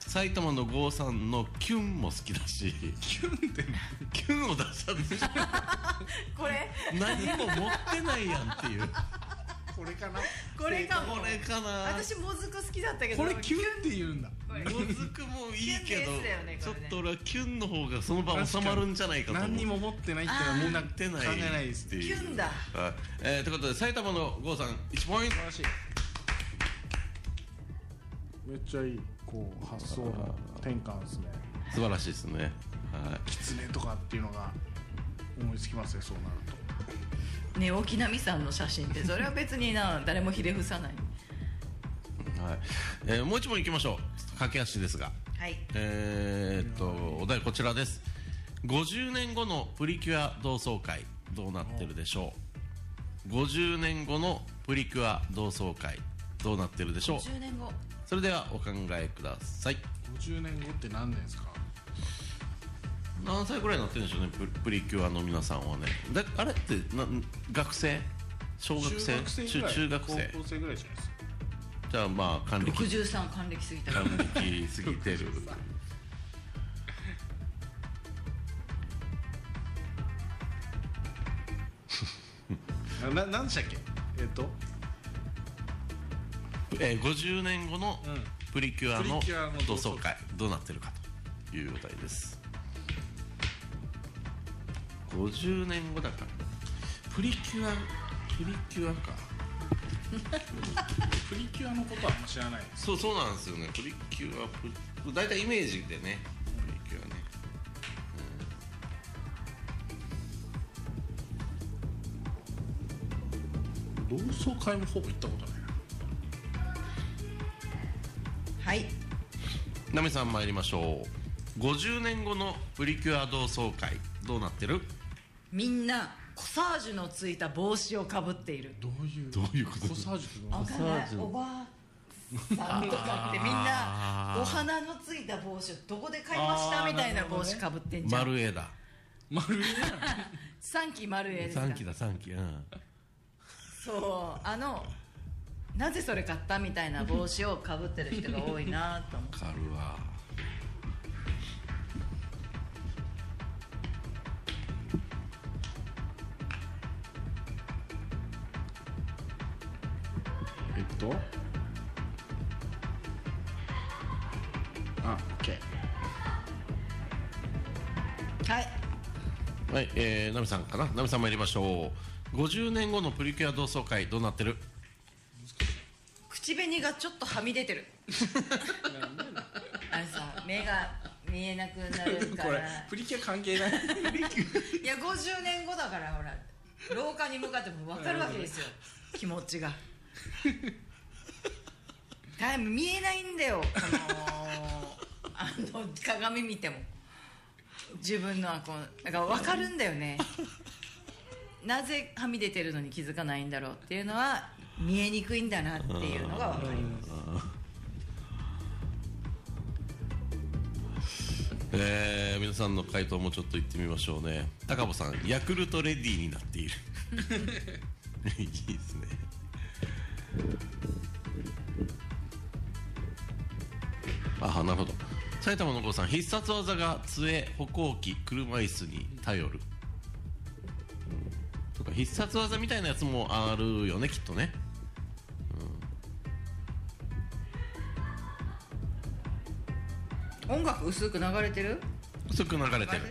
Speaker 3: 埼玉の郷さんのキュンも好きだし、
Speaker 2: キュンって
Speaker 3: キュンを出したんでしょ
Speaker 1: これ
Speaker 3: 何も持ってないやんっていう。
Speaker 2: これかな
Speaker 1: これかも
Speaker 3: これかな。
Speaker 1: 私もずく好きだったけど
Speaker 2: これキュンって言うんだ
Speaker 1: これ
Speaker 3: もずくもいいけど、
Speaker 1: キュンのやつだよね
Speaker 3: ち
Speaker 1: こ
Speaker 3: ょっ
Speaker 1: れね
Speaker 3: と俺はキュンの方がその場収まるんじゃないかと思う。
Speaker 2: 何にも持ってないっていうのはみんな考
Speaker 3: 出ない。
Speaker 2: えないです
Speaker 3: って
Speaker 1: キ
Speaker 3: いう。
Speaker 1: ュンだ
Speaker 3: はい。えー、ということで埼玉の郷さん1ポイン
Speaker 2: 素
Speaker 3: ト。
Speaker 2: 晴らしいめっちゃいいこう発想の転換ですね
Speaker 3: 素晴らしいですねはい
Speaker 2: キツネとかっていうのが思いつきますねそうなると
Speaker 1: ね沖波さんの写真ってそれは別にな誰もひれ伏さない
Speaker 3: はいえーもう一問いきましょう駆け足ですが
Speaker 1: はい
Speaker 3: えーっとお題こちらです50年後のプリキュア同窓会どうなってるでしょう50年後のプリキュア同窓会どうなってるでしょう
Speaker 1: 10年後
Speaker 3: それではお考えください
Speaker 2: 50年後って何年ですか
Speaker 3: 何歳ぐらいになってるんでしょうねププリキュアの皆さんはねだあれってな学生小学
Speaker 2: 中
Speaker 3: 生
Speaker 2: 学生
Speaker 3: 中
Speaker 2: ぐらい
Speaker 3: 学生
Speaker 2: 高校生ぐらいじゃないですか
Speaker 3: じゃあまあ
Speaker 2: [laughs]
Speaker 3: 還暦
Speaker 1: 63還暦過ぎた
Speaker 3: 還暦過ぎてる
Speaker 2: なななんでしたっけえっ、と、
Speaker 3: えー50年後の
Speaker 2: うん、
Speaker 3: プリキュアの
Speaker 2: プリキュアの
Speaker 3: 同
Speaker 2: 同
Speaker 3: 窓
Speaker 2: 窓
Speaker 3: 会
Speaker 2: 会
Speaker 3: どうなってるかというお題です50年後だからプリキュアプリキュアか
Speaker 2: プリキュアのことはあんま知らないです
Speaker 3: そうそうなんですよねプリキュアプ大体イメージでねプリキュアね、
Speaker 2: 同窓会もほぼ行ったことないな
Speaker 1: はい
Speaker 3: うん、ナメさん参りましょう50年後のプリキュア同窓会どうなってる
Speaker 1: みんなコサージュのついた帽子をかぶっている
Speaker 2: どういう
Speaker 3: どういうこと
Speaker 2: コサージュってどう
Speaker 1: わ
Speaker 2: いう
Speaker 1: かんない
Speaker 3: コサージュ
Speaker 1: おばあさんとかってみん
Speaker 3: あ
Speaker 1: な
Speaker 3: ー
Speaker 1: お花のついた帽子をどこで買いました
Speaker 2: あー
Speaker 1: みたいな
Speaker 2: なるほ
Speaker 1: 帽
Speaker 2: どね
Speaker 1: 子かぶってんじゃん、
Speaker 3: 丸絵だ
Speaker 2: 丸い
Speaker 1: 3期丸絵ですか
Speaker 3: 3期だ3期うん
Speaker 1: そうあのなぜそれ買ったみたいな帽子をかぶってる人が多いなと思って
Speaker 3: わかるわ
Speaker 2: えっとあオッケー
Speaker 1: はい
Speaker 3: はい、えー、ナミさんかな。ナミさん参りましょう。50年後のプリキュア同窓会どうなってる？
Speaker 1: 口紅がちょっとはみ出てるあのさ目が見えなくなる
Speaker 3: [laughs]
Speaker 1: か
Speaker 2: これ
Speaker 1: ら
Speaker 2: プリキュア関係ない
Speaker 1: いや50年後だからほら廊下に向かっても分かるわけですよ気持ちがタイム見えないんだよこのあの鏡見ても自分のはこうだから分かるんだよねなぜはみ出てるのに気づかないんだろうっていうのは見えにくいんだなっていうのが分かります
Speaker 3: えー、皆さんの回答もちょっと言ってみましょうね。高保さん、ヤクルトレディーになっている。いいですね。あ、なるほど。埼玉の子さん、必殺技が杖、歩行器、車椅子に頼る。とか必殺技みたいなやつもあるよね、きっとね。
Speaker 1: 音楽薄く流れてる
Speaker 3: 薄く流れてる。
Speaker 2: あやばい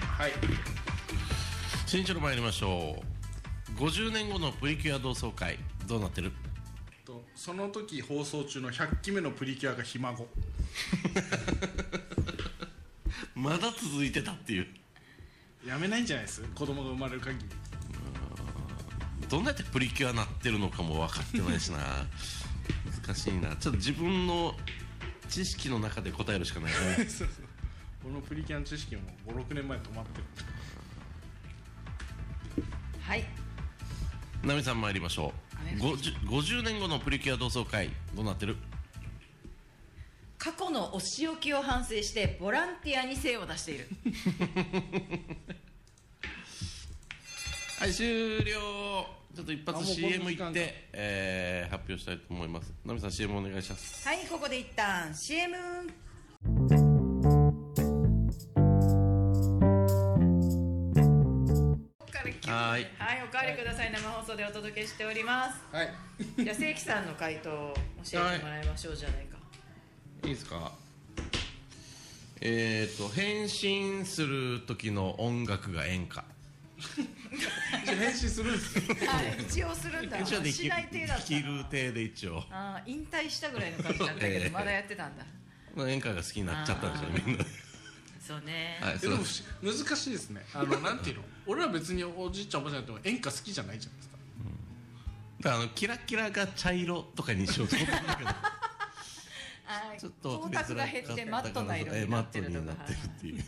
Speaker 2: はい
Speaker 3: 新城参りましょう50年後のプリキュア同窓会どうなってる
Speaker 2: とその時放送中の100期目のプリキュアがひ孫
Speaker 3: まだ続いてたっていう
Speaker 2: やめないんじゃないです子供が生まれる限り
Speaker 3: どんなやってプリキュアなってるのかも分かってないしな難しいなちょっと自分の知識の中で答えるしかないね
Speaker 2: そうそうこのプリキュアの知識も56年前に止まってる
Speaker 1: はい
Speaker 3: ナミさん参りましょ
Speaker 1: あれ
Speaker 3: う 50, 50年後のプリキュア同窓会どうなってる
Speaker 1: 過去のお仕置きを反省してボランティアに精を出している
Speaker 3: はい終了ちょっと一
Speaker 2: あもうこ
Speaker 3: 発
Speaker 2: んな
Speaker 3: CM
Speaker 2: 時
Speaker 3: 行っ
Speaker 2: 間か
Speaker 3: て、えー発表したいと思いますナミさん CM お願いします
Speaker 1: はい、ここで一旦 CM。
Speaker 3: はい
Speaker 1: は
Speaker 3: い
Speaker 1: い、おかわりください。生放送でお届けしております。
Speaker 2: はい
Speaker 1: じゃあ、正規さんの回答を教えてもらいましょうじゃないか。
Speaker 3: いいですかえっ、と変身する時の音楽が演歌
Speaker 2: じゃあ変身するんですか
Speaker 1: はい、一応するんだ。
Speaker 3: 一応でき
Speaker 1: しない程だっ
Speaker 3: きる
Speaker 1: たな。
Speaker 3: 程で一応
Speaker 1: あー引退したぐらいの感じだったけ
Speaker 3: ええ
Speaker 1: ど、まだやってたんだ。
Speaker 3: まあ演歌が好きになっちゃったんでしょうねみんな
Speaker 1: そうね。
Speaker 3: はい
Speaker 2: え
Speaker 3: そ
Speaker 2: で
Speaker 3: う
Speaker 2: も
Speaker 3: で
Speaker 2: 不
Speaker 3: す
Speaker 2: 思難しいですねあのなんていうの俺ら別におじいちゃんおばあちゃんと演歌好きじゃないじゃないですか
Speaker 3: だからあのキラキラが茶色とかにしようと思ったんだけど
Speaker 1: はい
Speaker 3: ちょっ
Speaker 1: [laughs]
Speaker 3: と
Speaker 1: 光沢が減ってマットな色
Speaker 3: え
Speaker 1: に
Speaker 3: マ
Speaker 1: な
Speaker 3: ッ
Speaker 1: って
Speaker 3: ト
Speaker 1: るの
Speaker 3: にな
Speaker 1: が。
Speaker 3: ってるっていう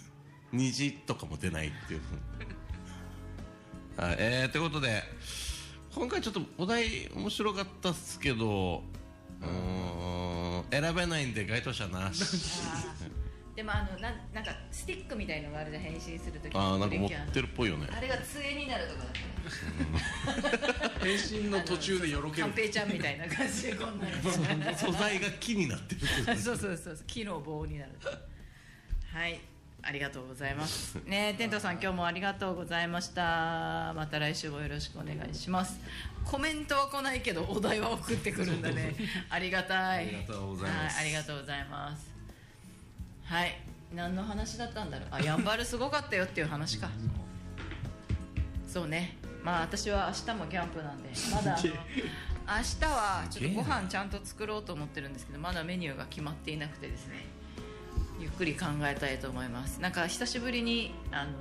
Speaker 3: 虹とかも出ないっていうはいえー、ということで今回ちょっとお題面白かったっすけどうーん選べないんで該当者
Speaker 1: [laughs]
Speaker 3: なし
Speaker 1: でもあのなんなんかスティックみたいのがあるじゃん変身するとき
Speaker 3: あーなんか持ってるっぽいよね
Speaker 1: あれが杖になるとかだったね
Speaker 2: 変身の途中でよろける
Speaker 1: 寛平ちゃんみたいな感じでこんなの
Speaker 3: 素材が木にな
Speaker 1: [laughs]
Speaker 3: ってる
Speaker 1: そうそうそうそう木の棒になるはいありがとうございますねえ天童さん今日もありがとうございましたまた来週もよろしくお願いしますコメントは来ないけどお題は送ってくるんだ
Speaker 3: [laughs]
Speaker 1: ねありがたい
Speaker 3: ありがとうございます
Speaker 1: はい、ありがとうございますはい何の話だったんだろうあやんばるすごかったよっていう話かそうねまあ私は明日もキャンプなんでまだあの明日はちょっとご飯ちゃんと作ろうと思ってるんですけどまだメニューが決まっていなくてですねゆっくり考えたいと思いますなんか久しぶりにあの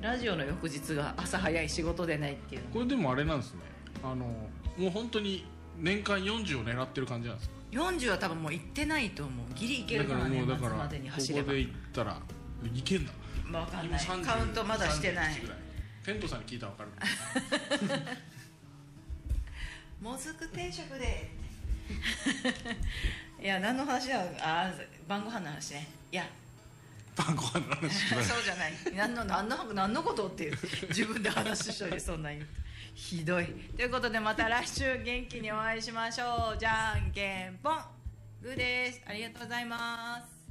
Speaker 1: ラジオの翌日が朝早い仕事でないっていう
Speaker 2: これでもあれなんですねあのもう本当に年間40を狙ってる感じなんですか
Speaker 1: 40は多分もう行ってないと思うギリ行け
Speaker 2: だ
Speaker 1: る
Speaker 2: か
Speaker 1: からら
Speaker 2: も
Speaker 1: 年
Speaker 2: うだ
Speaker 1: 末
Speaker 2: から
Speaker 1: ま
Speaker 2: こ
Speaker 1: でに
Speaker 2: こ
Speaker 1: 走れば
Speaker 2: で行ったらいけんだ
Speaker 1: まあわかんない
Speaker 2: 今30
Speaker 1: カウントまだしてない
Speaker 2: 31ぐらテントさんに聞いたら分かる
Speaker 1: もずく定食で [laughs] いや何の話だあー晩ご飯の話ねいや
Speaker 2: 晩ご飯の話
Speaker 1: そうじゃない何の何の何のことっていう自分で話しといてそんなにひどいということでまた来週元気にお会いしましょうじゃんけんぽんグーですありがとうございます